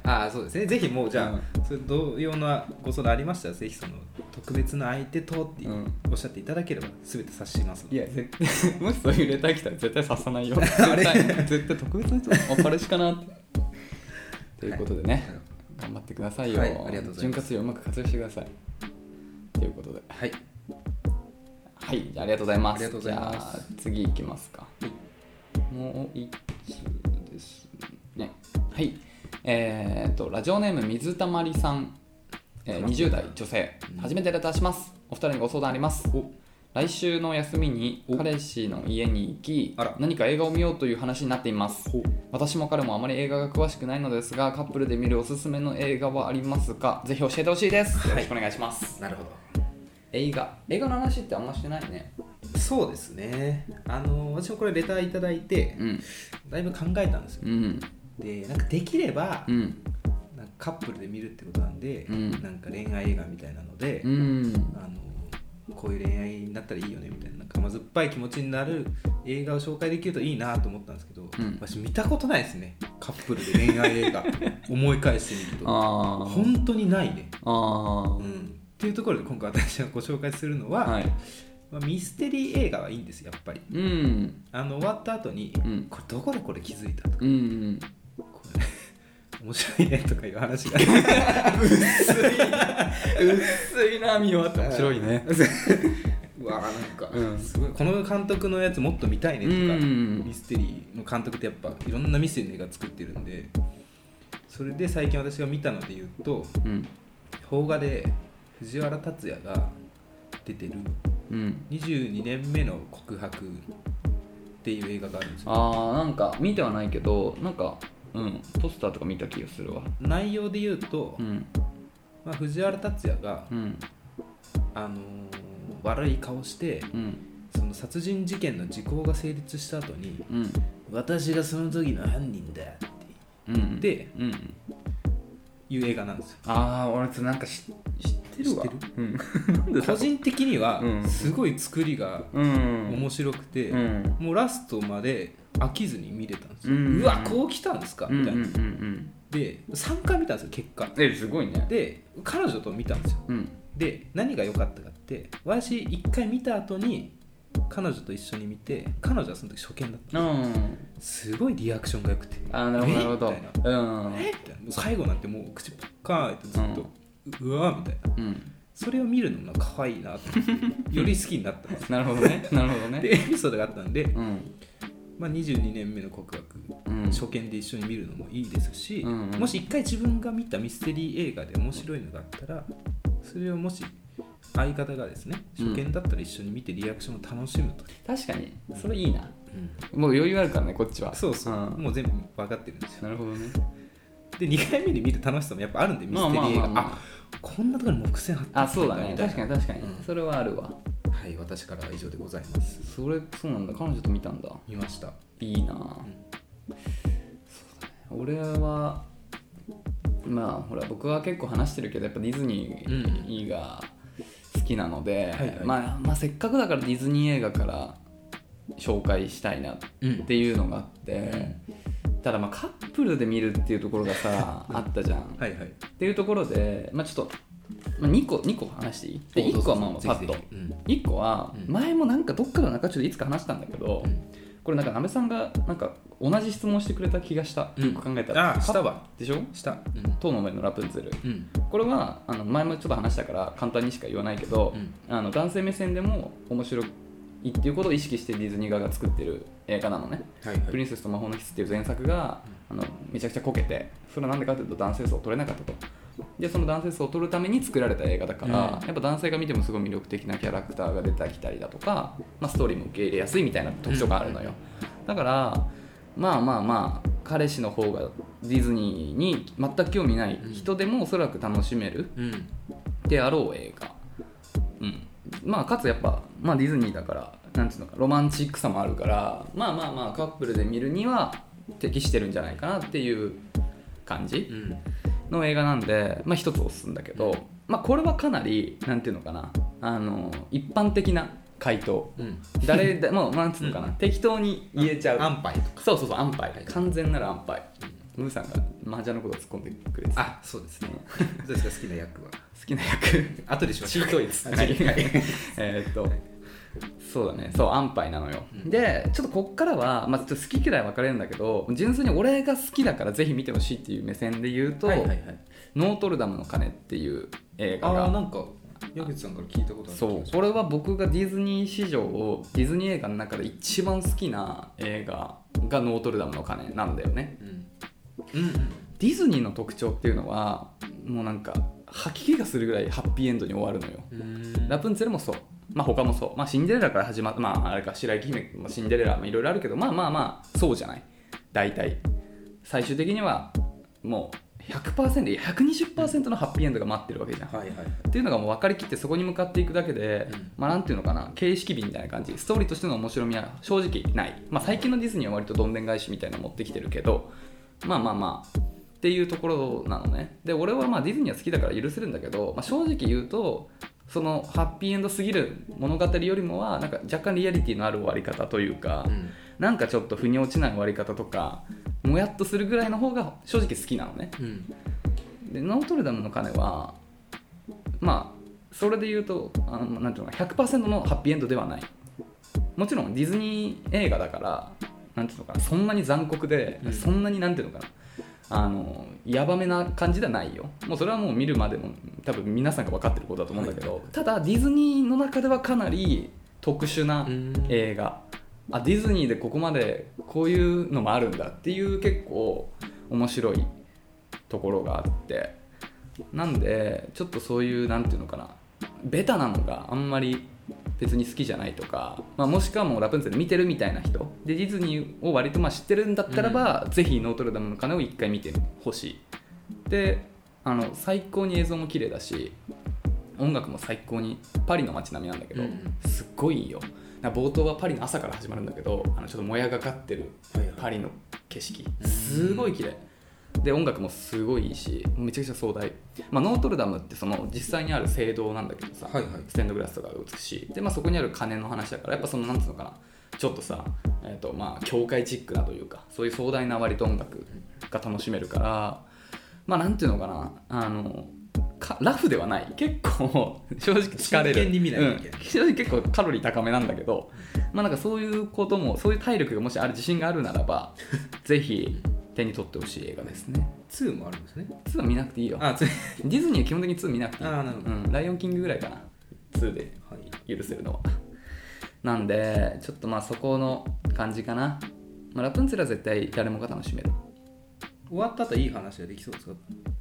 Speaker 1: ああそうですねぜひもうじゃあ、
Speaker 2: う
Speaker 1: それ同様なご相談ありましたらぜひその特別な相手とって
Speaker 2: うん
Speaker 1: おっしゃっていただければ全て察しますの
Speaker 2: い
Speaker 1: で、
Speaker 2: や、絶対、もしそういうレター来たら絶対刺さないよ。絶対、絶対特別な人、お彼氏かなって。ということでね、頑張ってくださいよ。
Speaker 1: はいありがとうございます
Speaker 2: 潤滑油をうまく活用してください。ということで、
Speaker 1: はい
Speaker 2: はい、じゃあありがとうございます。
Speaker 1: ありがとうございます
Speaker 2: じゃあ次行きますか。もう一つですね。はい。えっと、ラジオネーム水たまりさん。えー20代女性
Speaker 1: うん
Speaker 2: 初めてレターしますお二人にご相談あります来週の休みに彼氏の家に行き
Speaker 1: あら
Speaker 2: 何か映画を見ようという話になっています私も彼もあまり映画が詳しくないのですがカップルで見るおすすめの映画はありますかぜひ教えてほしいです、
Speaker 1: はい
Speaker 2: よろしくお願いします
Speaker 1: なるほ
Speaker 2: 映画映画の話ってあんましてないね
Speaker 1: どそうですねあの私もこれレターいただいて
Speaker 2: うん
Speaker 1: だいぶ考えたんですよ
Speaker 2: うん
Speaker 1: でなんかできれば、
Speaker 2: うん
Speaker 1: なんかカップルで見るってことなんで、
Speaker 2: うん
Speaker 1: なんか恋愛映画みたいなので、
Speaker 2: うん
Speaker 1: あのこういう恋愛になったらいいよねみたいななんか甘酸っぱい気持ちになる映画を紹介できるといいなと思ったんですけど、
Speaker 2: ん
Speaker 1: 私見たことないですねカップルで恋愛映 画思い返してみると
Speaker 2: あー
Speaker 1: 本当にないね、
Speaker 2: あ
Speaker 1: う
Speaker 2: ー
Speaker 1: ん、っていうところで今回私がご紹介するのは、
Speaker 2: はい
Speaker 1: まあミステリー映画はいいんですやっぱり
Speaker 2: うん
Speaker 1: あの終わった後に、
Speaker 2: うん
Speaker 1: これどこでこれ気づいたとか、
Speaker 2: うんうん
Speaker 1: これ面白いねとかいう話が
Speaker 2: 薄いな見終わって面白 いね
Speaker 1: うわーなんか、
Speaker 2: うん
Speaker 1: すごいこの監督のやつもっと見たいねとか、
Speaker 2: うん
Speaker 1: ミステリーの監督ってやっぱいろんなミステリーの映画作ってるんでそれで最近私が見たので言うと
Speaker 2: うん
Speaker 1: 邦画で藤原竜也が出てる
Speaker 2: うん
Speaker 1: 22年目の告白っていう映画があるんですよ
Speaker 2: あーなんか見てはないけどなんかうんポスターとか見た気がするわ
Speaker 1: 内容で言うと、
Speaker 2: うん
Speaker 1: まあ、藤原竜也が、
Speaker 2: うん
Speaker 1: あのー悪い顔して
Speaker 2: うん
Speaker 1: その殺人事件の時効が成立した後に
Speaker 2: うん
Speaker 1: 私がその時の犯人だって
Speaker 2: うん
Speaker 1: で
Speaker 2: うん
Speaker 1: いう映画なんですよ
Speaker 2: ああ俺それなんか知知ってるわ
Speaker 1: 知って
Speaker 2: るうんなんでだ
Speaker 1: 個人的には
Speaker 2: うん
Speaker 1: すごい作りが
Speaker 2: うん
Speaker 1: 面白くて、
Speaker 2: うん
Speaker 1: もうラストまで飽きずに見れたんですよ、
Speaker 2: う
Speaker 1: うんわこう来たんですか
Speaker 2: うん
Speaker 1: み
Speaker 2: うん
Speaker 1: た
Speaker 2: う
Speaker 1: い
Speaker 2: んう
Speaker 1: な、
Speaker 2: ん
Speaker 1: で3回見たんですよ結果
Speaker 2: えすごいね
Speaker 1: で彼女と見たんですよ
Speaker 2: うん
Speaker 1: で何が良かったかって私1回見た後に彼女と一緒に見て彼女はその時初見だった
Speaker 2: うん
Speaker 1: すごいリアクションが良くて
Speaker 2: あーなるほどなるほど
Speaker 1: えみたいな
Speaker 2: うん
Speaker 1: えみたいなもう最後なんてもう口ポッカーンってずっと、うわーみたいな
Speaker 2: うん
Speaker 1: それを見るのもなんか可愛い なと思ってより好きになったんです
Speaker 2: なるほど ねなるほどね
Speaker 1: でエピソードがあったんで、
Speaker 2: うん
Speaker 1: まあ、22年目の告白
Speaker 2: うん
Speaker 1: 初見で一緒に見るのもいいですし、
Speaker 2: うんうん
Speaker 1: もし一回自分が見たミステリー映画で面白いのがあったらそれをもし相方がですね
Speaker 2: うん
Speaker 1: 初見だったら一緒に見てリアクションを楽しむと、
Speaker 2: 確かにそれいいなもう余裕あるからねこっちは
Speaker 1: そうそう、
Speaker 2: ん
Speaker 1: もう全部分かってるんですよ
Speaker 2: なるほどね
Speaker 1: で2回目で見る楽しさもやっぱあるんでミステリー映画、あこんなところに木線貼って
Speaker 2: あそうだね
Speaker 1: みたいな
Speaker 2: 確かに確かに、
Speaker 1: うん
Speaker 2: それはあるわ
Speaker 1: はい私からは以上でございます
Speaker 2: それそうなんだ彼女と見たんだ
Speaker 1: 見ました
Speaker 2: いいなぁ、そうだね俺はまあほら僕は結構話してるけどやっぱディズニーが好きなので、
Speaker 1: はいはい
Speaker 2: まあ、まあせっかくだからディズニー映画から紹介したいなっていうのがあって、ただまあカップルで見るっていうところ がさあったじゃん、
Speaker 1: はいはい
Speaker 2: っていうところで、まあ、ちょっと、まあ、2個二個話していいで1個はまあまあパッ
Speaker 1: ぜひ
Speaker 2: と
Speaker 1: ぜひうん
Speaker 2: 1個は
Speaker 1: うん
Speaker 2: 前もなんかどっかの中中でいつか話したんだけど、
Speaker 1: うん
Speaker 2: これなんかなべさんがなんか同じ質問してくれた気がした、
Speaker 1: うん
Speaker 2: よく考えたら
Speaker 1: あしたわ
Speaker 2: でしょ
Speaker 1: した
Speaker 2: 「塔の上のラプンツェル
Speaker 1: うんうん」
Speaker 2: これはあの前もちょっと話したから簡単にしか言わないけど、
Speaker 1: うん
Speaker 2: あの男性目線でも面白いっていうことを意識してディズニー側が作ってる映画なのね
Speaker 1: はいは
Speaker 2: プリンセスと魔法のキスっていう前作があのめちゃくちゃこけてそれはなんでかっていうと男性層を取れなかったとでその男性層を取るために作られた映画だから、
Speaker 1: うん
Speaker 2: やっぱ男性が見てもすごい魅力的なキャラクターが出てきたりだとか、まあ、ストーリーも受け入れやすいみたいな特徴があるのよ、だからまあまあまあ彼氏の方がディズニーに全く興味ない人でもおそらく楽しめる
Speaker 1: うん
Speaker 2: であろう映画、うんまあ、かつやっぱ、まあ、ディズニーだからなんていうのかロマンチックさもあるからまあまあまあカップルで見るには適してるんじゃないかなっていう感じ
Speaker 1: うん
Speaker 2: の映画なんで、まあ、一つおすすめだけど、まあ、これはかなりなんていうのかなあの一般的な回答
Speaker 1: うん
Speaker 2: 誰でもなんつうのかな、適当に言えちゃう、
Speaker 1: 安牌とか
Speaker 2: そうそうそう安牌、完全なら安牌、ムーさんが麻雀のことを突っ込んでくれてた
Speaker 1: あそうです ねどうですか好きな役は
Speaker 2: 好きな役
Speaker 1: 後でしまし
Speaker 2: チ
Speaker 1: ょう
Speaker 2: ートイズ
Speaker 1: はいはい
Speaker 2: えーっとそうだねそう安牌なのよ、でちょっとこっからは、まあ、ちょっと好き嫌い分かれるんだけど純粋に俺が好きだからぜひ見てほしいっていう目線で言うと「
Speaker 1: はいはいはい
Speaker 2: ノートルダムの鐘」っていう映画
Speaker 1: ああ
Speaker 2: が
Speaker 1: なんか矢口さんから聞いたことある
Speaker 2: そうこれは僕がディズニー史上をディズニー映画の中で一番好きな映画が「ノートルダムの鐘」なんだよね
Speaker 1: うんうんうん
Speaker 2: ディズニーの特徴っていうのはもうなんか吐き気がするぐらいハッピーエンドに終わるのよ
Speaker 1: うーん
Speaker 2: ラプンツェルもそう、まあ、他もそう、まあ、シンデレラから始まった、まあ、あれか白雪姫もシンデレラもいろいろあるけどまあまあまあそうじゃない大体最終的にはもう100%いや120%のハッピーエンドが待ってるわけじゃん、
Speaker 1: はいはい
Speaker 2: っていうのがもう分かりきってそこに向かっていくだけで、
Speaker 1: うん
Speaker 2: まあなんていうのかな形式美みたいな感じストーリーとしての面白みは正直ない、まあ、最近のディズニーは割とどんでん返しみたいなの持ってきてるけどまあまあまあっていうところなのねで俺はまあディズニーは好きだから許せるんだけど、まあ、正直言うとそのハッピーエンドすぎる物語よりもはなんか若干リアリティのある終わり方というか、
Speaker 1: うん
Speaker 2: なんかちょっと腑に落ちない終わり方とかもやっとするぐらいの方が正直好きなのね
Speaker 1: うん
Speaker 2: でノートルダムの鐘はまあそれで言うとあのなんていうのか100%のハッピーエンドではないもちろんディズニー映画だからなんていうのかなそんなに残酷で、
Speaker 1: うん
Speaker 2: そんなになんていうのかなあのヤバめな感じではないよもうそれはもう見るまでも多分皆さんが分かってることだと思うんだけど、ただディズニーの中ではかなり特殊な
Speaker 1: うん
Speaker 2: 映画あディズニーでここまでこういうのもあるんだっていう結構面白いところがあってなんでちょっとそういうなんていうのかなベタなのがあんまり別に好きじゃないとか、まあ、もしくはもうラプンツェル見てるみたいな人でディズニーを割とまあ知ってるんだったらば、ぜひノートルダムの鐘を一回見てほしいであの最高に映像も綺麗だし音楽も最高にパリの街並みなんだけど、
Speaker 1: うん
Speaker 2: すっごいいいよな冒頭はパリの朝から始まるんだけどあのちょっともやがかってるパリの景色すごい綺麗で音楽もすごいいいしめちゃくちゃ壮大、まあ、ノートルダムってその実際にある聖堂なんだけどさ、
Speaker 1: はいはい
Speaker 2: ステンドグラスとかが美しいで、まあ、そこにある鐘の話だからやっぱそのなんつうのかなちょっとさ、えーとまあ、教会チックなというかそういう壮大な割と音楽が楽しめるからまあなんていうのかなあのかラフではない結構 正直疲れる
Speaker 1: 真剣に見ないといけ
Speaker 2: うん
Speaker 1: ない
Speaker 2: 正直結構カロリー高めなんだけどまあなんかそういうこともそういう体力がもしある自信があるな らばぜひ手に取ってほしい映画ですね
Speaker 1: 2もあるんですね
Speaker 2: 2は見なくていいよ
Speaker 1: あ2
Speaker 2: ディズニーは基本的に2見なくていい
Speaker 1: あーなるほど
Speaker 2: うん、ライオンキングぐらいかな2で
Speaker 1: はい
Speaker 2: 許せるのはなんでちょっとまあそこの感じかな、まあ、ラプンツェルは絶対誰もが楽しめる
Speaker 1: 終わった後いい話ができそうですか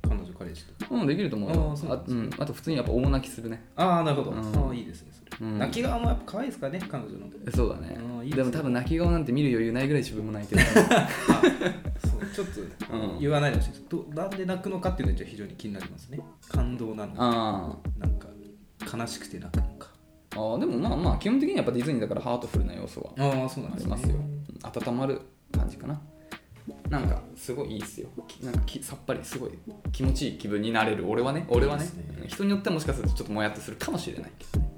Speaker 1: 彼女彼氏と
Speaker 2: うんできると思うよ
Speaker 1: あーそうなん
Speaker 2: あ,、
Speaker 1: で
Speaker 2: うん、あと普通にやっぱ大泣きするね
Speaker 1: ああなるほど、
Speaker 2: うん
Speaker 1: ああいいですねそれ、
Speaker 2: うん
Speaker 1: 泣き顔もやっぱ可愛いですからね彼女の
Speaker 2: そうだね
Speaker 1: あーいいですね
Speaker 2: でも多分泣き顔なんて見る余裕ないぐらい自分も泣いてる
Speaker 1: そうちょっと
Speaker 2: うん
Speaker 1: 言わないでほしいです、どなんで泣くのかっていうのは非常に気になりますね感動なのか
Speaker 2: あー
Speaker 1: なんか悲しくて泣くのか
Speaker 2: あーでもまあまあ基本的にはやっぱディズニーだからハートフルな要素は
Speaker 1: ああそうなん
Speaker 2: あ
Speaker 1: ですね
Speaker 2: りますよ、うん温まる感じかななんかすごいいいっすよきなんかきさっぱりすごい気持ちいい気分になれる俺はね俺はね
Speaker 1: いいですね
Speaker 2: うん人によってはもしかするとちょっともやっとするかもしれないけどね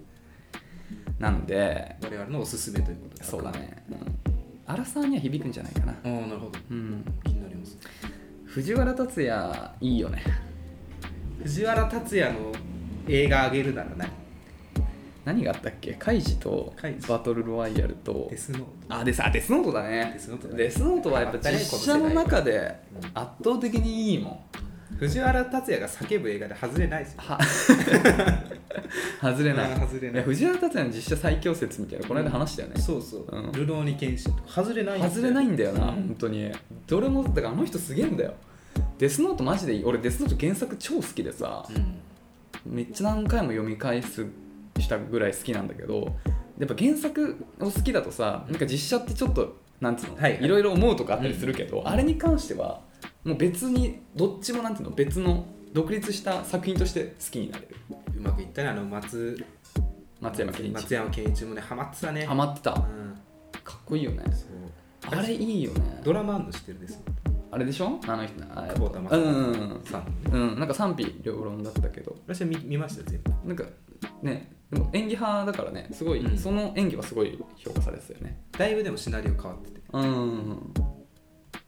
Speaker 2: なんで
Speaker 1: 我々のおすすめということで
Speaker 2: そうだね、うん、アラサーには響くんじゃないかな
Speaker 1: ああなるほど
Speaker 2: うん
Speaker 1: 気になります
Speaker 2: 藤原竜也いいよね
Speaker 1: 藤原竜也の映画あげるなら何
Speaker 2: 何があったっけカイジと
Speaker 1: カイジ
Speaker 2: バトルロワイヤルと
Speaker 1: デスノー
Speaker 2: あデスあデスノートだね
Speaker 1: デスノートだね
Speaker 2: デスノートはやっぱ実写の中で圧倒的にいいもん
Speaker 1: ト藤原竜也が叫ぶ映画で外れないですよ
Speaker 2: は 外れない
Speaker 1: うん外れない
Speaker 2: や藤原竜也の実写最強説みたいなこの間話したよね、
Speaker 1: そうそう、
Speaker 2: うん
Speaker 1: ルローニケンシンとか外れないんだよ
Speaker 2: 外れないんだよな、
Speaker 1: うん
Speaker 2: 本当にどれもだからあの人すげえんだよデスノートマジでいい俺デスノート原作超好きでさ、
Speaker 1: うん
Speaker 2: めっちゃ何回も読み返すしたぐらい好きなんだけどやっぱ原作を好きだとさなんか実写ってちょっとなんつうの、
Speaker 1: はいはい
Speaker 2: ろいろ思うとかあったりするけど、あれに関してはもう別にどっちもなんていうの別の独立した作品として好きになれる
Speaker 1: うまくいったねあの松
Speaker 2: 松山ケンイチ
Speaker 1: 松山ケンイチもねハマってたね
Speaker 2: ハマってたか
Speaker 1: うん
Speaker 2: っこいいよね
Speaker 1: そう
Speaker 2: あれいいよね
Speaker 1: ドラマあんの知ってるです
Speaker 2: あれでしょあの人あ
Speaker 1: 久保田
Speaker 2: うんうんう
Speaker 1: 正
Speaker 2: ん
Speaker 1: さん
Speaker 2: うんなんか賛否両論だったけど
Speaker 1: 私は見見ましたよ全部
Speaker 2: なんかねでも演技派だからねすごい、
Speaker 1: うん
Speaker 2: その演技はすごい評価されてたよね
Speaker 1: だいぶでもシナリオ変わってて、
Speaker 2: うんうんうん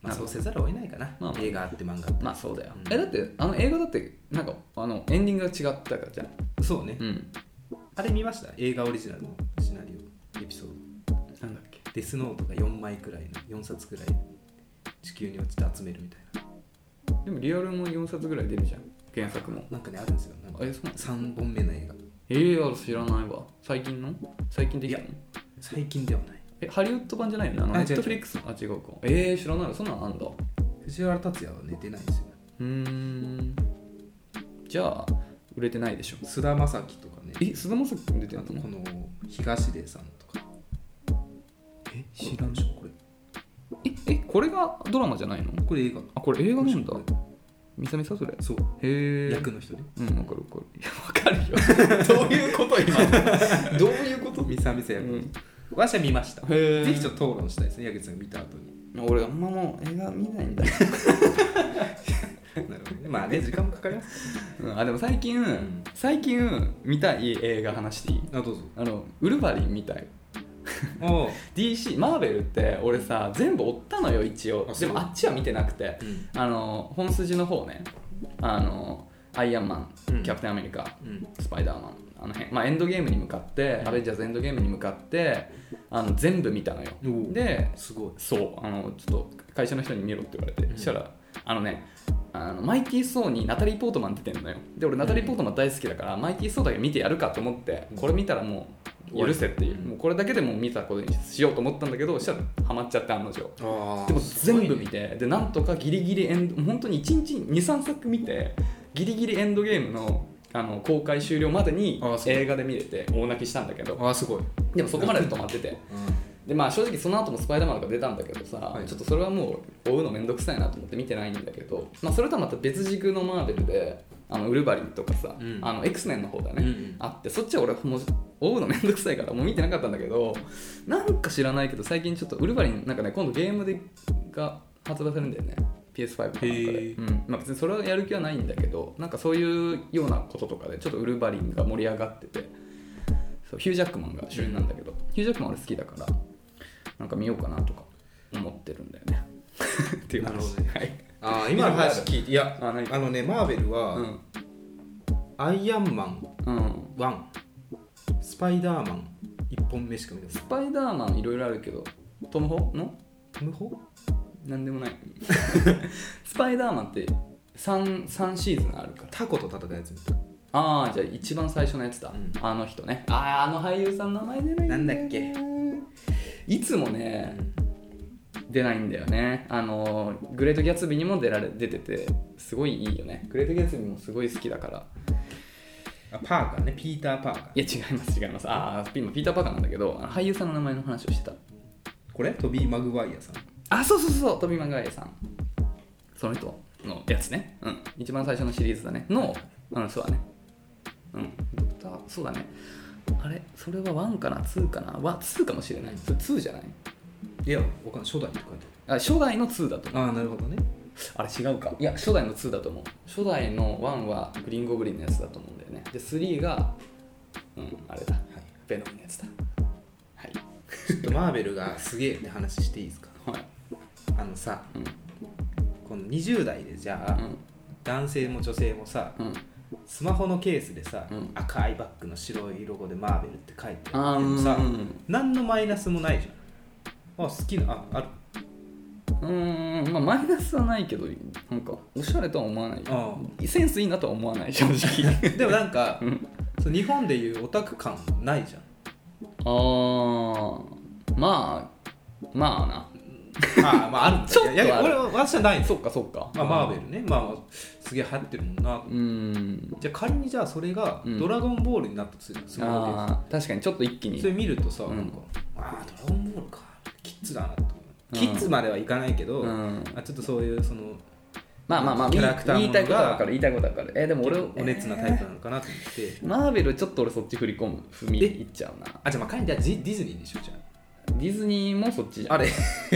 Speaker 1: まあ、そうせざるを得ないかな、
Speaker 2: まあ
Speaker 1: 映画あって漫画あって、
Speaker 2: まあそうだよ、
Speaker 1: うん
Speaker 2: えだってあの映画だってなんかあのエンディングが違ったからじゃん
Speaker 1: そうね、
Speaker 2: うん
Speaker 1: あれ見ました映画オリジナルのシナリオエピソード
Speaker 2: なんだっけ
Speaker 1: デスノートが4枚くらいの4冊くらい地球に落ちて集めるみたいな
Speaker 2: でもリアルも4冊ぐらい出るじゃん原作も
Speaker 1: なんかねあるんですよなんか
Speaker 2: えそうなの
Speaker 1: 3本目の映画
Speaker 2: えー、あ知らないわ最近の最近できたの
Speaker 1: 最近ではない
Speaker 2: えハリウッド版じゃないのあの
Speaker 1: あ
Speaker 2: ネ
Speaker 1: 違う
Speaker 2: ットフリックスあ違うかえー、知らないわそんなんあんだう
Speaker 1: 藤原竜也は寝てないんですよ
Speaker 2: ーんじゃあ売れてないでしょ
Speaker 1: 菅田将暉とかね
Speaker 2: え菅田将暉君出て
Speaker 1: あ
Speaker 2: ん
Speaker 1: と
Speaker 2: の
Speaker 1: この東出さんとか
Speaker 2: え
Speaker 1: んでしょこれ
Speaker 2: ええこれがドラマじゃないの
Speaker 1: これ映画
Speaker 2: あこれ映画なんだみさみさそれへ
Speaker 1: そう
Speaker 2: え
Speaker 1: 役の人ね
Speaker 2: うん、わかるわかる。いや、わかるよ。 どういうこと今。 どういうこと
Speaker 1: ミサミサ
Speaker 2: う
Speaker 1: 役の人
Speaker 2: ん、
Speaker 1: 私は見ました
Speaker 2: へ
Speaker 1: ぜひちょ
Speaker 2: っ
Speaker 1: っと討論したいですね矢口さんが見た後 に
Speaker 2: と。俺、あんまもう映画見ないんだ。
Speaker 1: なるほどねまあね時間もかかります
Speaker 2: うん、あ、でも最近、
Speaker 1: ん
Speaker 2: 最近見たい映画話していい
Speaker 1: あ どうぞ
Speaker 2: あの、ウルヴァリンみたい。
Speaker 1: おう
Speaker 2: DC、マーベルって俺さ、全部追ったのよ、一応
Speaker 1: あ。
Speaker 2: で
Speaker 1: そう
Speaker 2: もあっちは見てなくて。
Speaker 1: うん
Speaker 2: あの、本筋の方ね。あの、アイアンマ
Speaker 1: う
Speaker 2: ン、
Speaker 1: ん
Speaker 2: キャプテンアメリカ、
Speaker 1: うん
Speaker 2: スパイダーマンあの辺、まあ、エンドゲームに向かって、
Speaker 1: うん
Speaker 2: アベンジャーズエンドゲームに向かってあの全部見たのよ
Speaker 1: おう
Speaker 2: です
Speaker 1: ごい
Speaker 2: そうあのちょっと会社の人に見ろって言われて、
Speaker 1: うん
Speaker 2: そしたらあのねあのマイティー・ソーにナタリー・ポートマン出てんのよで俺ナタリー・ポートマン大好きだから、マイティー・ソーだけ見てやるかと思ってこれ見たらもう許せっていう,、
Speaker 1: うん
Speaker 2: もうこれだけでもう見たことにしようと思ったんだけどそしたらハマっちゃって案の定
Speaker 1: あ
Speaker 2: でも全部見て、でなんとかギリギリエンド本当に1日23作見てギリギリエンドゲームのあの公開終了までに
Speaker 1: あそう
Speaker 2: 映画で見れて大泣きしたんだけど
Speaker 1: ああすごい、
Speaker 2: でもそこまでで止まっててでまあ正直その後も「スパイダーマン」が出たんだけどさ、
Speaker 1: い
Speaker 2: ちょっとそれはもう追うの面倒くさいなと思って見てないんだけど、まあ、それとはまた別軸のマーベルであのウルヴァリンとかさ、
Speaker 1: うん
Speaker 2: あの X メンの方だね、
Speaker 1: うんうん
Speaker 2: あってそっちは俺もう追うの面倒くさいからもう見てなかったんだけどなんか知らないけど最近ちょっとウルヴァリンなんかね今度ゲームでが発売されるんだよね PS5 なんかで、
Speaker 1: へー
Speaker 2: うんまあ、別にそれはやる気はないんだけどなんかそういうようなこととかでちょっとウルヴァリンが盛り上がっててそうヒュージャックマンが主演なんだけど、ヒュージャックマン俺好きだからなんか見ようかなとか思ってるんだよね っていう話
Speaker 1: なるほどね
Speaker 2: はい、
Speaker 1: ああ今の話聞いていや
Speaker 2: あ
Speaker 1: あ
Speaker 2: 何
Speaker 1: のねマーベルは、
Speaker 2: うん
Speaker 1: アイアンマン
Speaker 2: うん、
Speaker 1: 1スパイダーマン1本目しか見たこと
Speaker 2: スパイダーマンいろいろあるけどトム・ホの
Speaker 1: トムホ
Speaker 2: なんでもない スパイダーマンって 3, 三シーズンあるから
Speaker 1: タコと戦うやつ見た
Speaker 2: ああじゃあ一番最初のやつだ、
Speaker 1: うん
Speaker 2: あの人ねあああの俳優さんの名前出ないよねいつもね出ないんだよねあのグレート・ギャツビーにも出られ出ててすごいいいよねグレート・ギャツビーもすごい好きだから
Speaker 1: あパーカーねピーター・パーカー
Speaker 2: いや違います違いますああ今ピーター・パーカーなんだけどあの俳優さんの名前の話をしてた
Speaker 1: これトビー・マグワイアさん
Speaker 2: あそうそうそうトビー・マグワイアさんその人のやつねうん一番最初のシリーズだねのうんそうだねうんドクターそうだねあれそれは1かな2かなは2かもしれないそれ2じゃない
Speaker 1: いやわかんない初代って書いて
Speaker 2: あ初代の2だと思う
Speaker 1: あるああなるほどね
Speaker 2: あれ違うかいや初代の2だと思う初代の1はグリーン・ゴブリンのやつだと思うんだよねで3がうんあれだベノムのやつだはい
Speaker 1: ちょっとマーベルがすげえって話していいですか
Speaker 2: はい
Speaker 1: あのさ
Speaker 2: うん
Speaker 1: この20代でじゃあ、男性も女性もさ
Speaker 2: うんうん
Speaker 1: スマホのケースでさ、
Speaker 2: うん
Speaker 1: 赤いバッグの白いロゴでマーベルって書いて
Speaker 2: あ
Speaker 1: あるけど
Speaker 2: ー
Speaker 1: さ、
Speaker 2: うん
Speaker 1: 何のマイナスもないじゃんあ好きなあある
Speaker 2: うーんまあマイナスはないけどなんかおしゃれとは思わない
Speaker 1: あ
Speaker 2: センスいいなとは思わない正直
Speaker 1: でもなんか
Speaker 2: うん
Speaker 1: そう日本でいうオタク感ない じ
Speaker 2: ああまあま
Speaker 1: ゃんああまああるんだ
Speaker 2: ちょっとある
Speaker 1: いやいや俺は私はない
Speaker 2: あ
Speaker 1: の
Speaker 2: なそっかそっか
Speaker 1: まあ、マーベルねまあまあすげえ流行ってるもんな
Speaker 2: うーん
Speaker 1: じゃあ仮にじゃあそれが
Speaker 2: うん
Speaker 1: ドラゴンボールになったとするすごいわ
Speaker 2: あー確かにちょっと一気
Speaker 1: け
Speaker 2: に
Speaker 1: それ見るとさ、
Speaker 2: うん
Speaker 1: なんかああドラゴンボールかキッズだなと思う
Speaker 2: うん
Speaker 1: キッズまではいかないけど、
Speaker 2: うん
Speaker 1: あちょっとそういうその
Speaker 2: まあまあまあ
Speaker 1: キャラクターものが
Speaker 2: 言いたいことは分かる言いたいことは分かるえーでも俺
Speaker 1: お熱なタイプなのかなと思って、
Speaker 2: マーベルちょっと俺そっち振り込む踏みいっちゃうな
Speaker 1: あじゃあまあ仮にじゃあジディズニーにしようじゃん
Speaker 2: ディズニーもそっちじゃん
Speaker 1: あれ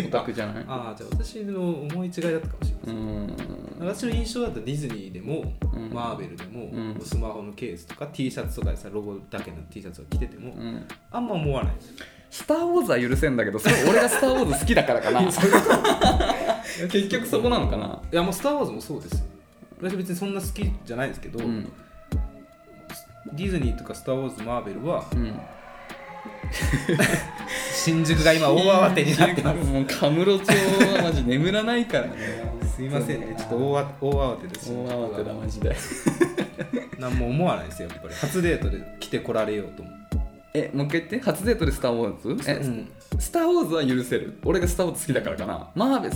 Speaker 2: オタクじゃない
Speaker 1: ああじゃあ私の思い違いだったかもしれないう
Speaker 2: ーん
Speaker 1: 私の印象だとディズニーでも、
Speaker 2: うん
Speaker 1: マーベルでも、
Speaker 2: うん
Speaker 1: スマホのケースとか T シャツとかでさロゴだけの T シャツを着てても、
Speaker 2: うん
Speaker 1: あんま思わないですよ
Speaker 2: スター・ウォーズは許せんだけどそれ俺がスター・ウォーズ好きだからかな 結局そこなのかない
Speaker 1: やもう「スター・ウォーズ」もそうですよ私別にそんな好きじゃないですけど、
Speaker 2: うん
Speaker 1: ディズニーとか「スター・ウォーズ」マーベルは
Speaker 2: うん
Speaker 1: 新宿が今大慌てになってま
Speaker 2: もうカムロ町はマジ眠らないからね
Speaker 1: すすいませんねちょっと大わ大慌てです
Speaker 2: 大慌てだマジで
Speaker 1: 何も思わないですよやっぱり初デートで来てこられようと思う
Speaker 2: えもう一回言って初デートでスター・ウォーズえ、
Speaker 1: うん
Speaker 2: スター・ウォーズは許せる俺がスター・ウォーズ好きだからかなマーベル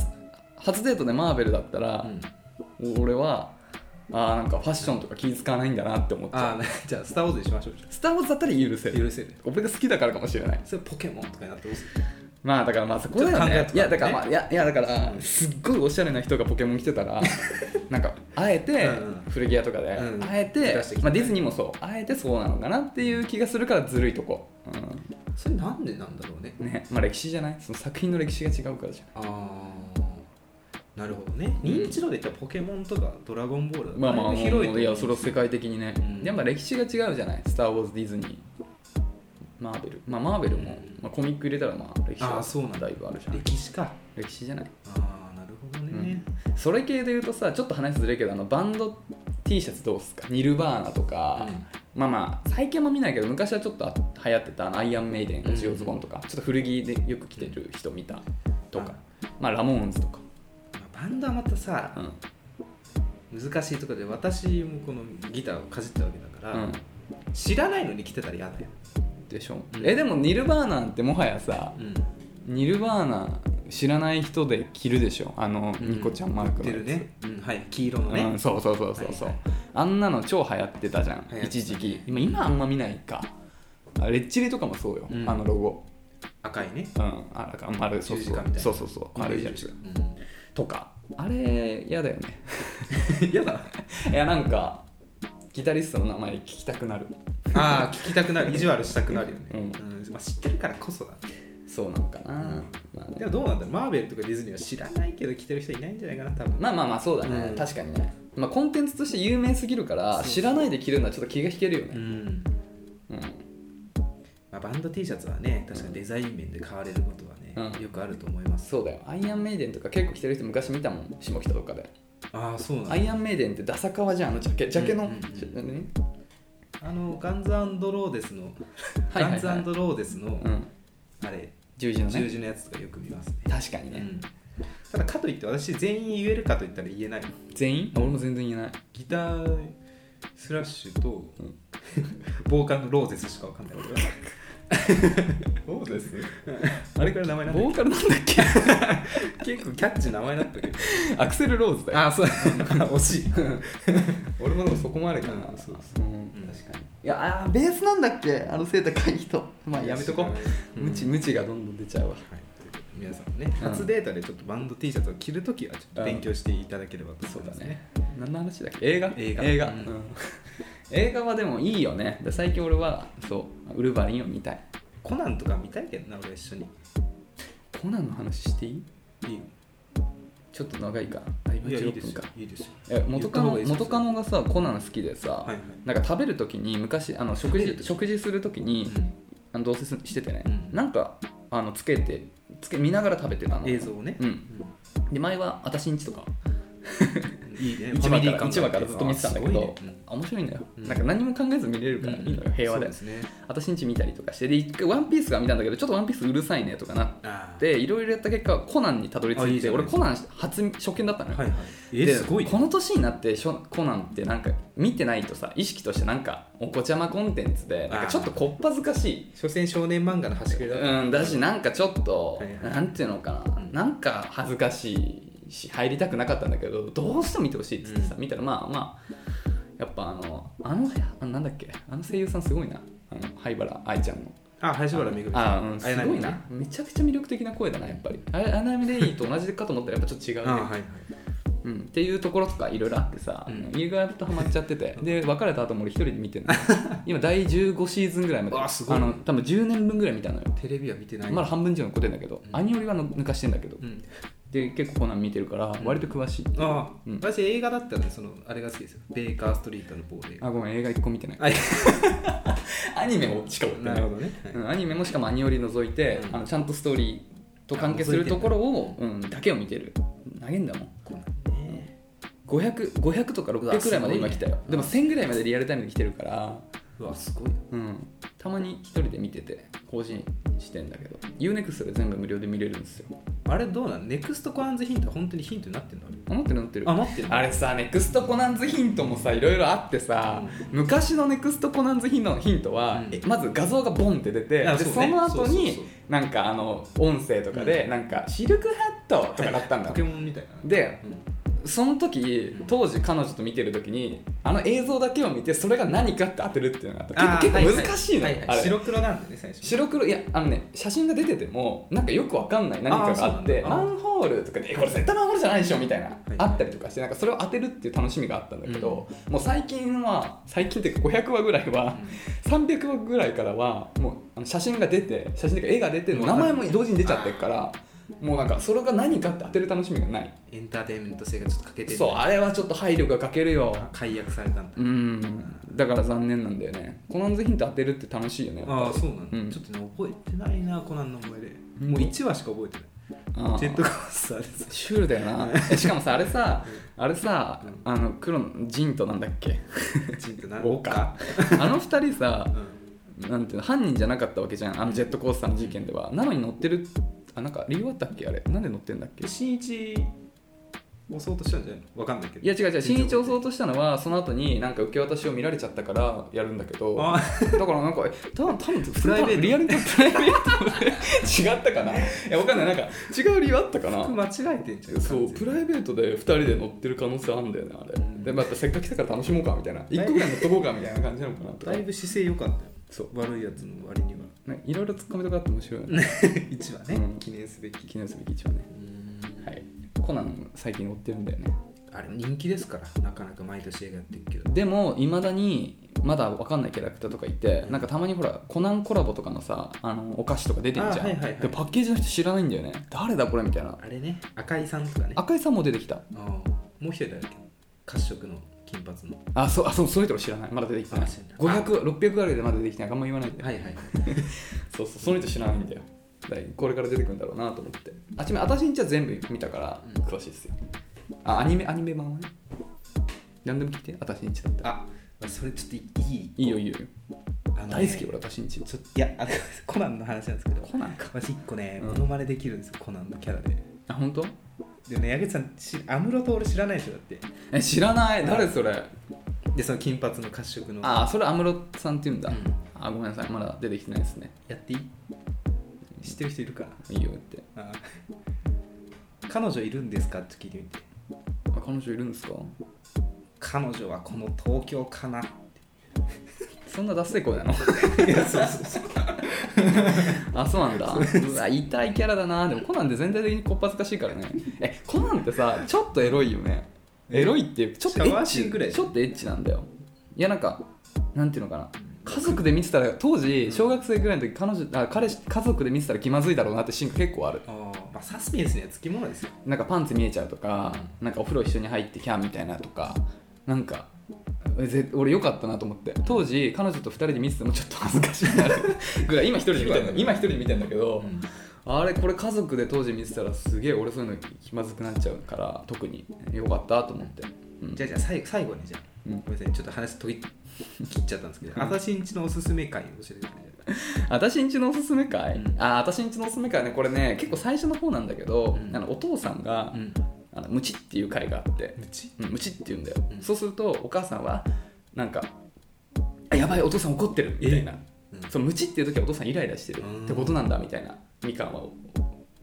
Speaker 2: 初デートでマーベルだったら、俺はあーなんかファッションとか気使わないんだなって思っちゃ
Speaker 1: あ
Speaker 2: う
Speaker 1: あ じゃあ「スター・ウォーズ」にしましょう
Speaker 2: スター・ウォーズだったら許せる
Speaker 1: 許せる
Speaker 2: 俺が好きだからかもしれない
Speaker 1: それポケモンとかになってどうする
Speaker 2: まあだからまあそこだよ
Speaker 1: ちょっ
Speaker 2: ね
Speaker 1: と考えとかないとね
Speaker 2: いやだからまあいやいやだから
Speaker 1: うん
Speaker 2: すっごいおしゃれな人がポケモン来てたらなんかあえて
Speaker 1: うんうん
Speaker 2: 古着屋とかであ
Speaker 1: うん
Speaker 2: えて
Speaker 1: 出してきてね
Speaker 2: まあディズニーもそうあえてそうなのかなっていう気がするからずるいとこ
Speaker 1: それなんでなんだろうね
Speaker 2: うんねまあ歴史じゃないその作品の歴史が違うからじゃ
Speaker 1: あーなるほどね認知度で言ったらポケモンとかドラゴンボールだと
Speaker 2: ないまあま
Speaker 1: だ
Speaker 2: あ
Speaker 1: いぶ広いと思う
Speaker 2: いやそれは世界的にね
Speaker 1: うん
Speaker 2: でも歴史が違うじゃないスター・ウォーズディズニーマーベルまあマーベルもまあコミック入れたらまあ歴史
Speaker 1: あーそうなん
Speaker 2: は
Speaker 1: だ
Speaker 2: だいぶあるじゃない
Speaker 1: 歴史か
Speaker 2: 歴史じゃない
Speaker 1: ああなるほどね、
Speaker 2: それ系で言うとさちょっと話ずれるけどあのバンド T シャツどうっすかニルバーナとか、まあまあ最近も見ないけど昔はちょっと流行ってたあのアイアンメイデンのジオズボンとか、ちょっと古着でよく着てる人見たとか、まあラモーンズとか、
Speaker 1: まあバンドはまたさ
Speaker 2: うん
Speaker 1: 難しいところで私もこのギターをかじったわけだから、
Speaker 2: うん
Speaker 1: 知らないのに来てたら嫌だよ、
Speaker 2: でしょ、
Speaker 1: うん
Speaker 2: えでもニルバーナってもはやさ
Speaker 1: うん、
Speaker 2: ニルバーナ知らない人で着るでしょあの
Speaker 1: うん
Speaker 2: ニコちゃんマーク
Speaker 1: 売って
Speaker 2: の
Speaker 1: る
Speaker 2: やつ
Speaker 1: ね、うん、はい黄色のね、
Speaker 2: うん、そうそうそうそうそう、
Speaker 1: はい
Speaker 2: あんなの超流行ってたじゃん
Speaker 1: 流行ってた
Speaker 2: 一時期今今あんま見ないかあレッチリとかもそうよ、
Speaker 1: うん
Speaker 2: あのロゴ
Speaker 1: 赤いね
Speaker 2: うんあらか丸そう
Speaker 1: 十字
Speaker 2: そ
Speaker 1: 架みたいな
Speaker 2: うそうそうそう丸いやつとかあれ嫌だよね
Speaker 1: 嫌、うん、だ
Speaker 2: いやなんかギタリストの名前聞きたくなる
Speaker 1: ああ聞きたくなる意地悪したくなるよね、
Speaker 2: うん
Speaker 1: うんまあ、知ってるからこそだね
Speaker 2: そうなのかな、まあね
Speaker 1: でもどうなんだろうマーベルとかディズニーは知らないけど着てる人いないんじゃないかな多分
Speaker 2: まあまあまあそうだね、
Speaker 1: うん
Speaker 2: 確かにね、まあ、コンテンツとして有名すぎるから
Speaker 1: そうそう
Speaker 2: 知らないで着るのはちょっと気が引けるよ
Speaker 1: う
Speaker 2: ね、
Speaker 1: ん、
Speaker 2: うん
Speaker 1: まあ、バンド T シャツはね確かにデザイン面で買われることはね、
Speaker 2: うん
Speaker 1: よくあると思います
Speaker 2: そうだよアイアンメイデンとか結構着てる人昔見たもん下北とかで
Speaker 1: ああそうなん
Speaker 2: ア
Speaker 1: だ
Speaker 2: イアンメイデンってダサカワじゃんあのジャケジャケの、
Speaker 1: うんうんうん
Speaker 2: ちょ何
Speaker 1: あのガンズローデスの、
Speaker 2: はいはいはい
Speaker 1: ガンズローデスの、
Speaker 2: うん
Speaker 1: あれ
Speaker 2: 十字の
Speaker 1: 十
Speaker 2: ね
Speaker 1: 字のやつとかよく見ますね、
Speaker 2: 確かに
Speaker 1: う
Speaker 2: ね、
Speaker 1: ん、ただかといって私全員言えるかといったら言えない
Speaker 2: 全員あ俺も全然言えない
Speaker 1: ギタースラッシュと、
Speaker 2: うん
Speaker 1: ボーカルのローゼスしかわか んない俺はローゼスあれから名前なんだっ
Speaker 2: ボーカルなんだっけ
Speaker 1: け 結構キャッチーな名前だったけど
Speaker 2: アクセル・ローズだよ
Speaker 1: あそう惜しい
Speaker 2: 俺もでもそこまでかな、
Speaker 1: うんそう
Speaker 2: うん
Speaker 1: うん
Speaker 2: 確かにいやあーベースなんだっけあの背高い人まあやめとこう
Speaker 1: うん
Speaker 2: ムチムチがどんどん出ちゃうわ
Speaker 1: はいということで皆さんもね、初データでちょっとバンド T シャツを着るときはちょっと勉強していただければと
Speaker 2: そう
Speaker 1: 思い
Speaker 2: だ
Speaker 1: ますね。
Speaker 2: ね何の話だっけ映画
Speaker 1: 映画
Speaker 2: 映画,、
Speaker 1: う
Speaker 2: うんん映画はでもいいよねで最近俺はそうウルヴァリンを見たい
Speaker 1: コナンとか見たいけどな、俺一緒に。
Speaker 2: コナンの話していい
Speaker 1: いいよ
Speaker 2: ちょっと長いかだいぶ
Speaker 1: いやい
Speaker 2: 16
Speaker 1: いです
Speaker 2: 分
Speaker 1: よ
Speaker 2: か。
Speaker 1: いいですよ。
Speaker 2: え元カ
Speaker 1: 言った方がいい
Speaker 2: ノ
Speaker 1: ですよ
Speaker 2: 元カノがさコナン好きでさ、
Speaker 1: はいはい
Speaker 2: なんか食べる時に昔あの食事食事する時にあの同棲すしててね、
Speaker 1: うん
Speaker 2: なんかあのつけてつけ見ながら食べてた
Speaker 1: う
Speaker 2: の
Speaker 1: ん映像をね
Speaker 2: う。んで前は私んちとか
Speaker 1: うんいいね。
Speaker 2: 1話から一話からずっと見てたんだけど、
Speaker 1: すごいね
Speaker 2: あ面白いんだよ、
Speaker 1: うん
Speaker 2: なんか何も考えず見れる
Speaker 1: う
Speaker 2: か
Speaker 1: ん
Speaker 2: らいいのよ平和で、
Speaker 1: そうですね。
Speaker 2: 私んち見たりとかしてで一回「ワンピースが見たんだけどちょっと「ワンピースうるさいねとかなっ
Speaker 1: あー
Speaker 2: ていろいろやった結果コナンにたどり着
Speaker 1: あい
Speaker 2: い
Speaker 1: いじ
Speaker 2: て
Speaker 1: ゃない
Speaker 2: 俺コナン初初見だったのよ、
Speaker 1: はいはい。え、
Speaker 2: です
Speaker 1: ごいね。
Speaker 2: この年になってしょコナンってなんか見てないとさ意識としてなんかおこちゃまコンテンツでなんかちょっとこっぱずかしい
Speaker 1: 所詮少年漫画の端くれだ
Speaker 2: うん、だしなんかちょっと、
Speaker 1: はいはい
Speaker 2: なんていうのかな、
Speaker 1: うん
Speaker 2: なんか恥ずかしいし入りたくなかったんだけどどうしても見てほしいっつってさ、
Speaker 1: うん
Speaker 2: 見たらまあまあやっぱあのあのあなんだっけあの声優さんすごいなあの灰原愛ちゃんの
Speaker 1: あ、林原めぐみさん。
Speaker 2: あうんすごい
Speaker 1: 綾波
Speaker 2: なめちゃくちゃ魅力的な声だなやっぱりあれアナミレイと同じかと思ったらやっぱちょっと違う
Speaker 1: ね。あ
Speaker 2: ね
Speaker 1: ー、はいはい。
Speaker 2: うん、っていうところとかいろいろあってさ、
Speaker 1: うん
Speaker 2: 意外とハマっちゃっててで別れた後も俺一人で見てるの 今第15シーズンぐらいまで
Speaker 1: うわすごい
Speaker 2: あの多分10年分ぐらい見たのよ
Speaker 1: テレビは見てない。
Speaker 2: まだ半分以上残ってんだけど、
Speaker 1: うん
Speaker 2: アニオリはの抜かしてんだけど、
Speaker 1: うん。
Speaker 2: で結構コナン見てるから
Speaker 1: ん
Speaker 2: 割と詳しい、
Speaker 1: ああ、
Speaker 2: うん
Speaker 1: 私映画だったらね、その、あれが好きですよ。ベーカーストリートの亡霊。
Speaker 2: あごめん映画一個見てない
Speaker 1: あい
Speaker 2: アニメもしか追って
Speaker 1: な
Speaker 2: ない
Speaker 1: るほどね。はい
Speaker 2: うん、アニメもしかもアニオリ除いて、
Speaker 1: うん
Speaker 2: あのちゃんとストーリーと関係するところを、うん、だけを見てる投げんだもん
Speaker 1: コナンね。
Speaker 2: 500, 500とか600ぐらいまで今来たよ、
Speaker 1: うん
Speaker 2: でも1000ぐらいまでリアルタイムで来てるから
Speaker 1: うわすごいよ
Speaker 2: うん、たまに一人で見てて更新してんだけど UNEXT で全部無料で見れるんですよ
Speaker 1: あれどうなんネクストコアンズヒントは本当にヒントになってんのあれ
Speaker 2: あなってるなってる
Speaker 1: あなってる
Speaker 2: あれさネクストコナンズヒントもさいろいろあってさ、昔のネクストコナンズヒントのヒントは、
Speaker 1: うん
Speaker 2: えまず画像がボンって出て
Speaker 1: あ
Speaker 2: で
Speaker 1: そう
Speaker 2: そ
Speaker 1: ね
Speaker 2: の後
Speaker 1: そうそう
Speaker 2: になんかあの音声とかで、
Speaker 1: う
Speaker 2: なんかシルクハットとかだったんだ
Speaker 1: ポ
Speaker 2: よ
Speaker 1: ケモンみたいな
Speaker 2: で
Speaker 1: うん
Speaker 2: その時
Speaker 1: うん
Speaker 2: 当時彼女と見てる時にあの映像だけを見てそれが何かって当てるっていうのがあ
Speaker 1: あー
Speaker 2: って結構
Speaker 1: はは
Speaker 2: 結構難しいの
Speaker 1: は
Speaker 2: よ
Speaker 1: は
Speaker 2: あれ
Speaker 1: 白黒なんだね最初
Speaker 2: 白黒いやあのね写真が出ててもなんかよくわかんない何かがあって
Speaker 1: あーそうなんだ
Speaker 2: マンホールとかで「えこれ絶対マンホールじゃないでしょ」みたいな、
Speaker 1: い
Speaker 2: あったりとかしてなんかそれを当てるっていう楽しみがあったんだけど、もう最近は最近っていうか500話ぐらいは、300話ぐらいからはもうあの写真が出て写真というか絵が出て
Speaker 1: もう
Speaker 2: 名前も同時に出ちゃってるからもうなんかそれが何かって当てる楽しみがない
Speaker 1: エンターテインメント性がちょっと欠けてる
Speaker 2: そうあれはちょっと配慮が欠けるよ
Speaker 1: 解約されたんだ
Speaker 2: うんだから残念なんだよねコナンズヒント当てるって楽しいよねやっぱ
Speaker 1: ああそうなん
Speaker 2: う
Speaker 1: だ
Speaker 2: ん
Speaker 1: ちょっとね覚えてないなコナンの思い出
Speaker 2: うん
Speaker 1: もう1話しか覚えてな
Speaker 2: あ
Speaker 1: い
Speaker 2: ー
Speaker 1: ジェットコースターです
Speaker 2: シュールだよなえしかもさあれさあれさ
Speaker 1: うん
Speaker 2: あの黒のジンとなんだっけ
Speaker 1: ちんとな
Speaker 2: 豪華あの二人さ
Speaker 1: うん
Speaker 2: なんていうの犯人じゃなかったわけじゃんあのジェットコースターの事件ではなのに乗ってるあなんか理由あったっけあれなんで乗ってんだっけ
Speaker 1: 新一押そうとしたんじゃないのわかんないけど
Speaker 2: いや違う違う新一を押そうとしたのはその後になんか受け渡しを見られちゃったからやるんだけど
Speaker 1: あ
Speaker 2: だからなんかえ多分多分
Speaker 1: プライベート
Speaker 2: リアルにプライベートで 違ったかないやわかんないなんか 違う理由あったかな
Speaker 1: 服間違えてんじゃん
Speaker 2: そうプライベートで2人で乗ってる可能性あるんだよねあれでもやっぱせっかく来たから楽しもうかみたいな1個ぐらい乗っとこうかみたいな感じなのかなとか
Speaker 1: だいぶ姿勢良かったよ
Speaker 2: そう
Speaker 1: 悪いやつの割には
Speaker 2: ねいろいろツッコミとかあって面白いよね
Speaker 1: 一番ね、
Speaker 2: うん
Speaker 1: 記念すべき
Speaker 2: 記念すべき一応 ねはいコナン最近追ってるんだよね
Speaker 1: あれ人気ですからなかなか毎年映画やってるけど
Speaker 2: でもいまだにまだ分かんないキャラクターとかいてなんかたまにほらコナンコラボとかのさあのお菓子とか出てんじゃん、
Speaker 1: あはいはいはい
Speaker 2: でパッケージの人知らないんだよね誰だこれみたいな
Speaker 1: あれね赤井さんとかね
Speaker 2: 赤井さんも出てきた
Speaker 1: あーもう一人誰だっけ褐色の金髪の
Speaker 2: あそうあそうそういう人知らないまだ出てきてない
Speaker 1: あ知らない
Speaker 2: 500600あるでまだ出てきてないあんま言わないで、
Speaker 1: はい はい
Speaker 2: そうそうその人知らないんだよだからこれから出てくるんだろうなと思ってあちなみに私んちは全部見たから
Speaker 1: うん
Speaker 2: 詳しいですよ、あアニメアニメ版はね何でも聞いて私んちだったら
Speaker 1: あそれちょっといい
Speaker 2: いいよいいよ
Speaker 1: あのね
Speaker 2: 大好き俺私んち
Speaker 1: ちょっといやあのコナンの話なんですけど
Speaker 2: コナンか
Speaker 1: 私一個ね
Speaker 2: うん
Speaker 1: モノマネできるんですよ、コナンのキャラで
Speaker 2: あ本当？
Speaker 1: でね矢口さんし安室と俺知らないでしょだって
Speaker 2: え知らない誰それ
Speaker 1: でその金髪の褐色の
Speaker 2: あそれ安室さんって言うんだ、
Speaker 1: うん
Speaker 2: あごめんなさいまだ出てきてないですね
Speaker 1: やっていい知ってる人いるか
Speaker 2: いいよって
Speaker 1: なあー彼女いるんですかって聞いてみて
Speaker 2: あ彼女いるんですか
Speaker 1: 彼女はこの東京か な
Speaker 2: そんな脱成功なの
Speaker 1: いやそうそうそう
Speaker 2: あそうなんだうわ痛いキャラだなでもコナンって全体的にこっぱずかしいからねえコナンってさちょっとエロいよねエロいっていうかちょっとエ
Speaker 1: シャワ
Speaker 2: ッ
Speaker 1: ーシーン
Speaker 2: チ
Speaker 1: ぐらい
Speaker 2: ちょっとエッチなんだよいやなんかなんていうのかな家族で見てたら当時小学生ぐらいの時彼女あ彼氏家族で見てたら気まずいだろうなってシーンが結構ある
Speaker 1: あーまあサスペンスにはつきものですよ
Speaker 2: なんかパンツ見えちゃうとか、なんかお風呂一緒に入ってキャンみたいなとかなんかえぜ俺良かったなと思って当時彼女と2人で見ててもちょっと恥ずかしいなぐらい今一人で見てんだ今一人で見てんだけど、あれこれ家族で当時見てたらすげえ俺そういうの気まずくなっちゃうから特に良かったと思って、うん
Speaker 1: じゃあじゃあ最後最後にじゃあ、
Speaker 2: うん
Speaker 1: ごめんなさいちょっと話途切っ切っちゃったんですけど私んちのおすすめ会を教えてください
Speaker 2: 私んちのおすすめ会、
Speaker 1: うん
Speaker 2: あ私んちのおすすめ会ねこれね結構最初の方なんだけど、
Speaker 1: うん
Speaker 2: あのお父さんが、
Speaker 1: うん
Speaker 2: あのムチっていう会があって
Speaker 1: うち
Speaker 2: うん、むちって言うんだよ、
Speaker 1: うん
Speaker 2: そうするとお母さんはなんか「あやばいお父さん怒ってる」みたいな、
Speaker 1: えうん
Speaker 2: そのむちっていう時はお父さんイライラしてる
Speaker 1: うん
Speaker 2: ってことなんだみたいなみかんは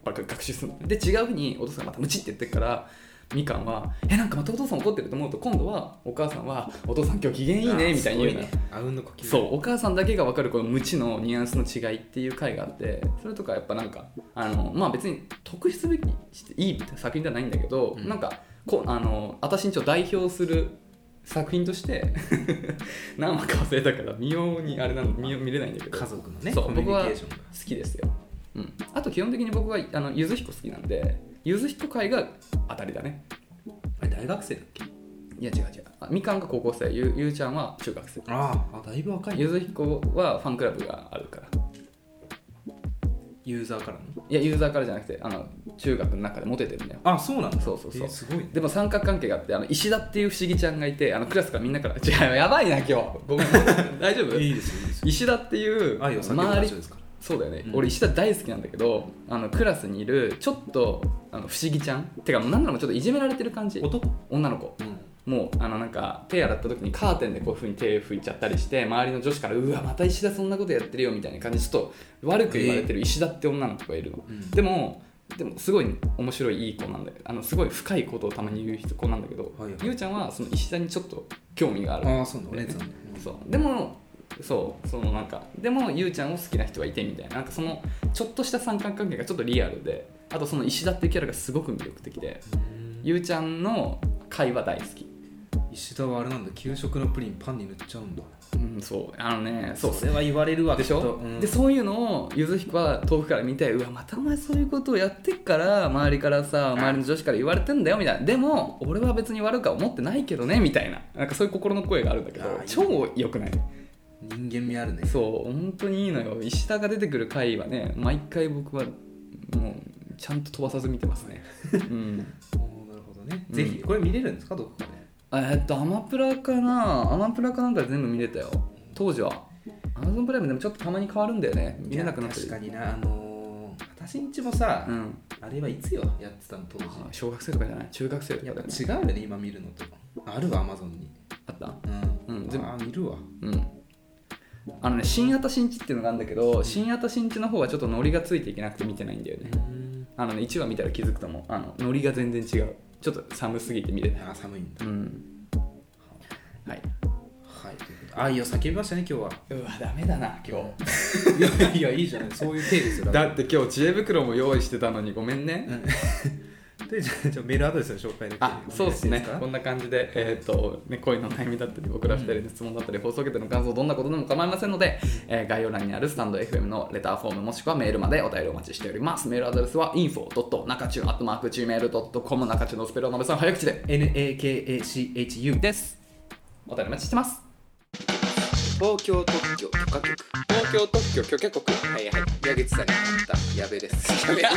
Speaker 2: ばっか学習するので違うふうにお父さんまたむちって言ってるからみかんは「えなんかまたお父さん怒ってる」と思うと今度はお母さんは「お父さん今日機嫌いいね」みたいに言うの
Speaker 1: あ
Speaker 2: よ
Speaker 1: ーすごいねあうんの呼吸
Speaker 2: そうお母さんだけが分かるこの無知のニュアンスの違いっていう回があってそれとかやっぱなんかあのまあ別に特筆すべきしていいみたいな作品ではないんだけど、
Speaker 1: うん
Speaker 2: なんかこうあの私にちを代表する作品として 何話か忘れたから見ようにあれなの見よう見れないんだけど
Speaker 1: 家族のね
Speaker 2: そう
Speaker 1: コミュニケーションが
Speaker 2: 好きですよ、うん、あと基本的に僕はあのゆず彦好きなんでゆず彦回が当たりだね
Speaker 1: あれ大学生だっけ
Speaker 2: いや違う違うあみかんが高校生ゆゆうちゃんは中学生
Speaker 1: あーあだいぶ若い
Speaker 2: ゆ
Speaker 1: ね
Speaker 2: ず彦はファンクラブがあるから
Speaker 1: ユーザーからの
Speaker 2: いやユーザーからじゃなくてあの中学の中でモテてるんだよ
Speaker 1: あそうなんだ
Speaker 2: そうそうそう
Speaker 1: えーすごいね
Speaker 2: でも三角関係があってあの石田っていう不思議ちゃんがいてあのクラスからみんなから「違うやばいな今日ごめん大丈夫?
Speaker 1: いいですよいいです」よ
Speaker 2: 石田っていう
Speaker 1: 愛を叫ぶ
Speaker 2: 周
Speaker 1: 場所
Speaker 2: り
Speaker 1: ですから
Speaker 2: そうだよね、
Speaker 1: うん
Speaker 2: 俺石田大好きなんだけどあのクラスにいるちょっとあの不思議ちゃんてかもう何ならもうちょっといじめられてる感じ
Speaker 1: 男
Speaker 2: 女の子
Speaker 1: うん
Speaker 2: もうあのなんか手洗った時にカーテンでこういうふうに手拭いちゃったりして周りの女子から「うわまた石田そんなことやってるよ」みたいな感じでちょっと悪く言われてる石田って女の子がいるの、
Speaker 1: うん
Speaker 2: でもでもすごい面白いいい子なんだよあのすごい深いことをたまに言う人子なんだけど、
Speaker 1: はいはい
Speaker 2: ゆうちゃんはその石田にちょっと興味がある
Speaker 1: ああそうなんだお姉さん
Speaker 2: そうでもそうそのなんかでもゆうちゃんを好きな人はいてみたいななんかそのちょっとした三角関係がちょっとリアルであとその石田っていうキャラがすごく魅力的で
Speaker 1: うん
Speaker 2: ゆうちゃんの会話大好き
Speaker 1: 石田はあれなんだ給食のプリンパンに塗っちゃうんだ
Speaker 2: うん、そうあのねそう
Speaker 1: それは言われるわ
Speaker 2: でしょ、
Speaker 1: きっとうん
Speaker 2: でそういうのをゆずひこは遠くから見てうわまたお前そういうことをやってっから周りからさ周りの女子から言われてんだよみたいなでも俺は別に悪くは思ってないけどねみたいななんかそういう心の声があるんだけど
Speaker 1: あーいい
Speaker 2: 超良くない
Speaker 1: 人間味あるね
Speaker 2: そう本当にいいのよ石田が出てくる回はね毎回僕はもうちゃんと飛ばさず見てます ね、うん
Speaker 1: おーなるほどね
Speaker 2: うん
Speaker 1: ぜひこれ見れるんですかどこかで
Speaker 2: えーっとアマプラかなアマプラかなんかで全部見れたよ当時はアマゾンプライムでもちょっとたまに変わるんだよね見れなくなって
Speaker 1: 確
Speaker 2: る
Speaker 1: かになあのー私んちもさ
Speaker 2: うん、
Speaker 1: あれはいつよやってたの当時
Speaker 2: あ小学生とかじゃない中学生と
Speaker 1: や
Speaker 2: か
Speaker 1: っ
Speaker 2: だ
Speaker 1: ぱ
Speaker 2: よ
Speaker 1: 違うよ
Speaker 2: ね
Speaker 1: ね今見るのとあるわアマゾンに
Speaker 2: あった
Speaker 1: う
Speaker 2: うん
Speaker 1: で
Speaker 2: 全部
Speaker 1: もあ見るわ
Speaker 2: うんあのね新型新地っていうのがあるんだけど新型新地の方はちょっとノリがついていけなくて見てないんだよねあのね1話見たら気づくと思うあのノリが全然違うちょっと寒すぎて見てない
Speaker 1: あー寒いんだ
Speaker 2: うんは
Speaker 1: は
Speaker 2: い
Speaker 1: いということであいや叫びましたね今日は
Speaker 2: うわダメだな今
Speaker 1: いやいやいいじゃないそういう手ですよ
Speaker 2: だって今日知恵袋も用意してたのにごめんね、
Speaker 1: でじゃあじゃあメールアドレスの紹介できる
Speaker 2: あそうです
Speaker 1: お願
Speaker 2: ね
Speaker 1: い
Speaker 2: こ
Speaker 1: しま
Speaker 2: んな感じで、えーとね、恋の悩みだったり僕ら2人の質問だったり、放送局での感想どんなことでも構いませんので、えー概要欄にあるスタンド FM のレターフォームもしくはメールまでお便りお待ちしておりますメールアドレスは info.nakachu.gmail.com 中中のスペルをのべさん早口です
Speaker 1: NAKACHU
Speaker 2: ですお便りお待ちしてます
Speaker 1: 東京特許許可局
Speaker 2: 東京特許許可国
Speaker 1: はいはい矢口さんに会った矢部 です矢部じゃ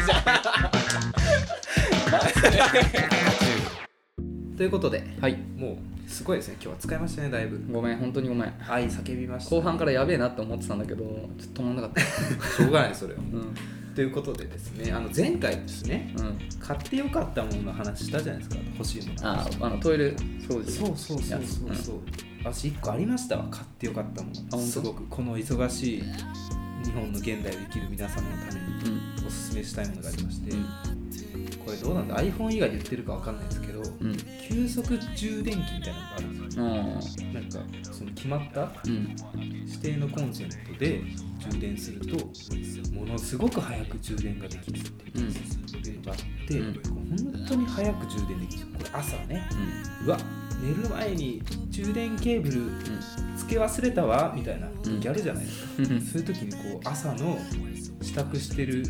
Speaker 1: んということで
Speaker 2: はい
Speaker 1: もうすごいですね今日は使いましたねだいぶ
Speaker 2: ごめん本当にごめん
Speaker 1: 愛叫びました
Speaker 2: 後半からやべえなって思ってたんだけどちょっと止まんなかった、
Speaker 1: し ょうがないそれは
Speaker 2: うん
Speaker 1: ということでですねあの前回ですね
Speaker 2: うん、
Speaker 1: 買ってよかったものの話したじゃないですか欲しいもの
Speaker 2: ああのトイレ掃除
Speaker 1: そうそうそうそうそう、私1個ありましたわ買ってよかったも
Speaker 2: 当
Speaker 1: のすごくこの忙しい日本の現代を生きる皆様のために
Speaker 2: うん
Speaker 1: おすすめしたいものがありまして、これどうなんだ iPhone 以外で言ってるかわかんないですけど
Speaker 2: うん
Speaker 1: 急速充電器みたいなのがあるんですよ
Speaker 2: うん
Speaker 1: なんかその決まった
Speaker 2: うん
Speaker 1: 指定のコンセントで充電するとものすごく早く充電ができるっていうのがあって、
Speaker 2: うん
Speaker 1: 本当に早く充電できるこれ朝ねうわ寝る前に充電ケーブルつけ忘れたわみたいな時あるじゃないですか、
Speaker 2: うんうん
Speaker 1: そういう時にこう朝の支度してる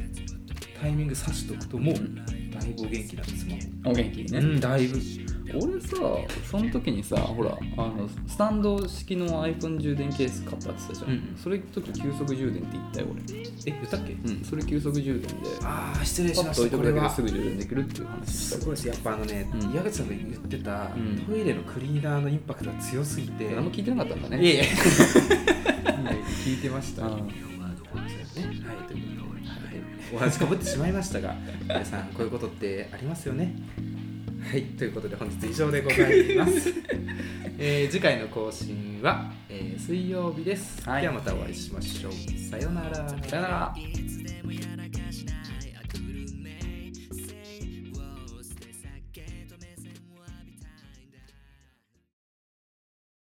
Speaker 1: タイミングさしとくともう
Speaker 2: うん
Speaker 1: だいぶお元気なんですもん
Speaker 2: お元気にね、
Speaker 1: うんだいぶ
Speaker 2: 俺さその時にさほらあのスタンド式の iPhone 充電ケース買ったって言ってたじゃん、
Speaker 1: うんうん
Speaker 2: それ時急速充電って言ったよ
Speaker 1: え言ったっけ
Speaker 2: 俺、うん、それ急速充電で
Speaker 1: ああ失礼
Speaker 2: パ
Speaker 1: し
Speaker 2: ッ
Speaker 1: ま
Speaker 2: と置
Speaker 1: し
Speaker 2: いて
Speaker 1: た
Speaker 2: お
Speaker 1: こ
Speaker 2: くだ
Speaker 1: れ
Speaker 2: けで
Speaker 1: は
Speaker 2: すぐ充電できるっていう話
Speaker 1: すごいですやっぱあのね、
Speaker 2: うん
Speaker 1: 矢口さんが言ってた、
Speaker 2: うん
Speaker 1: トイレのクリーナーのインパクトが強すぎて、
Speaker 2: 何も聞いてなかったんだね
Speaker 1: いやいや聞いてました
Speaker 2: う
Speaker 1: は
Speaker 2: ん
Speaker 1: いということで、はい、お話かぶってしまいましたが皆さんこういうことってありますよねはいということで本日以上でございます えー次回の更新は、えー水曜日です、
Speaker 2: はい
Speaker 1: ではまたお会いしましょうさようなら
Speaker 2: さよなら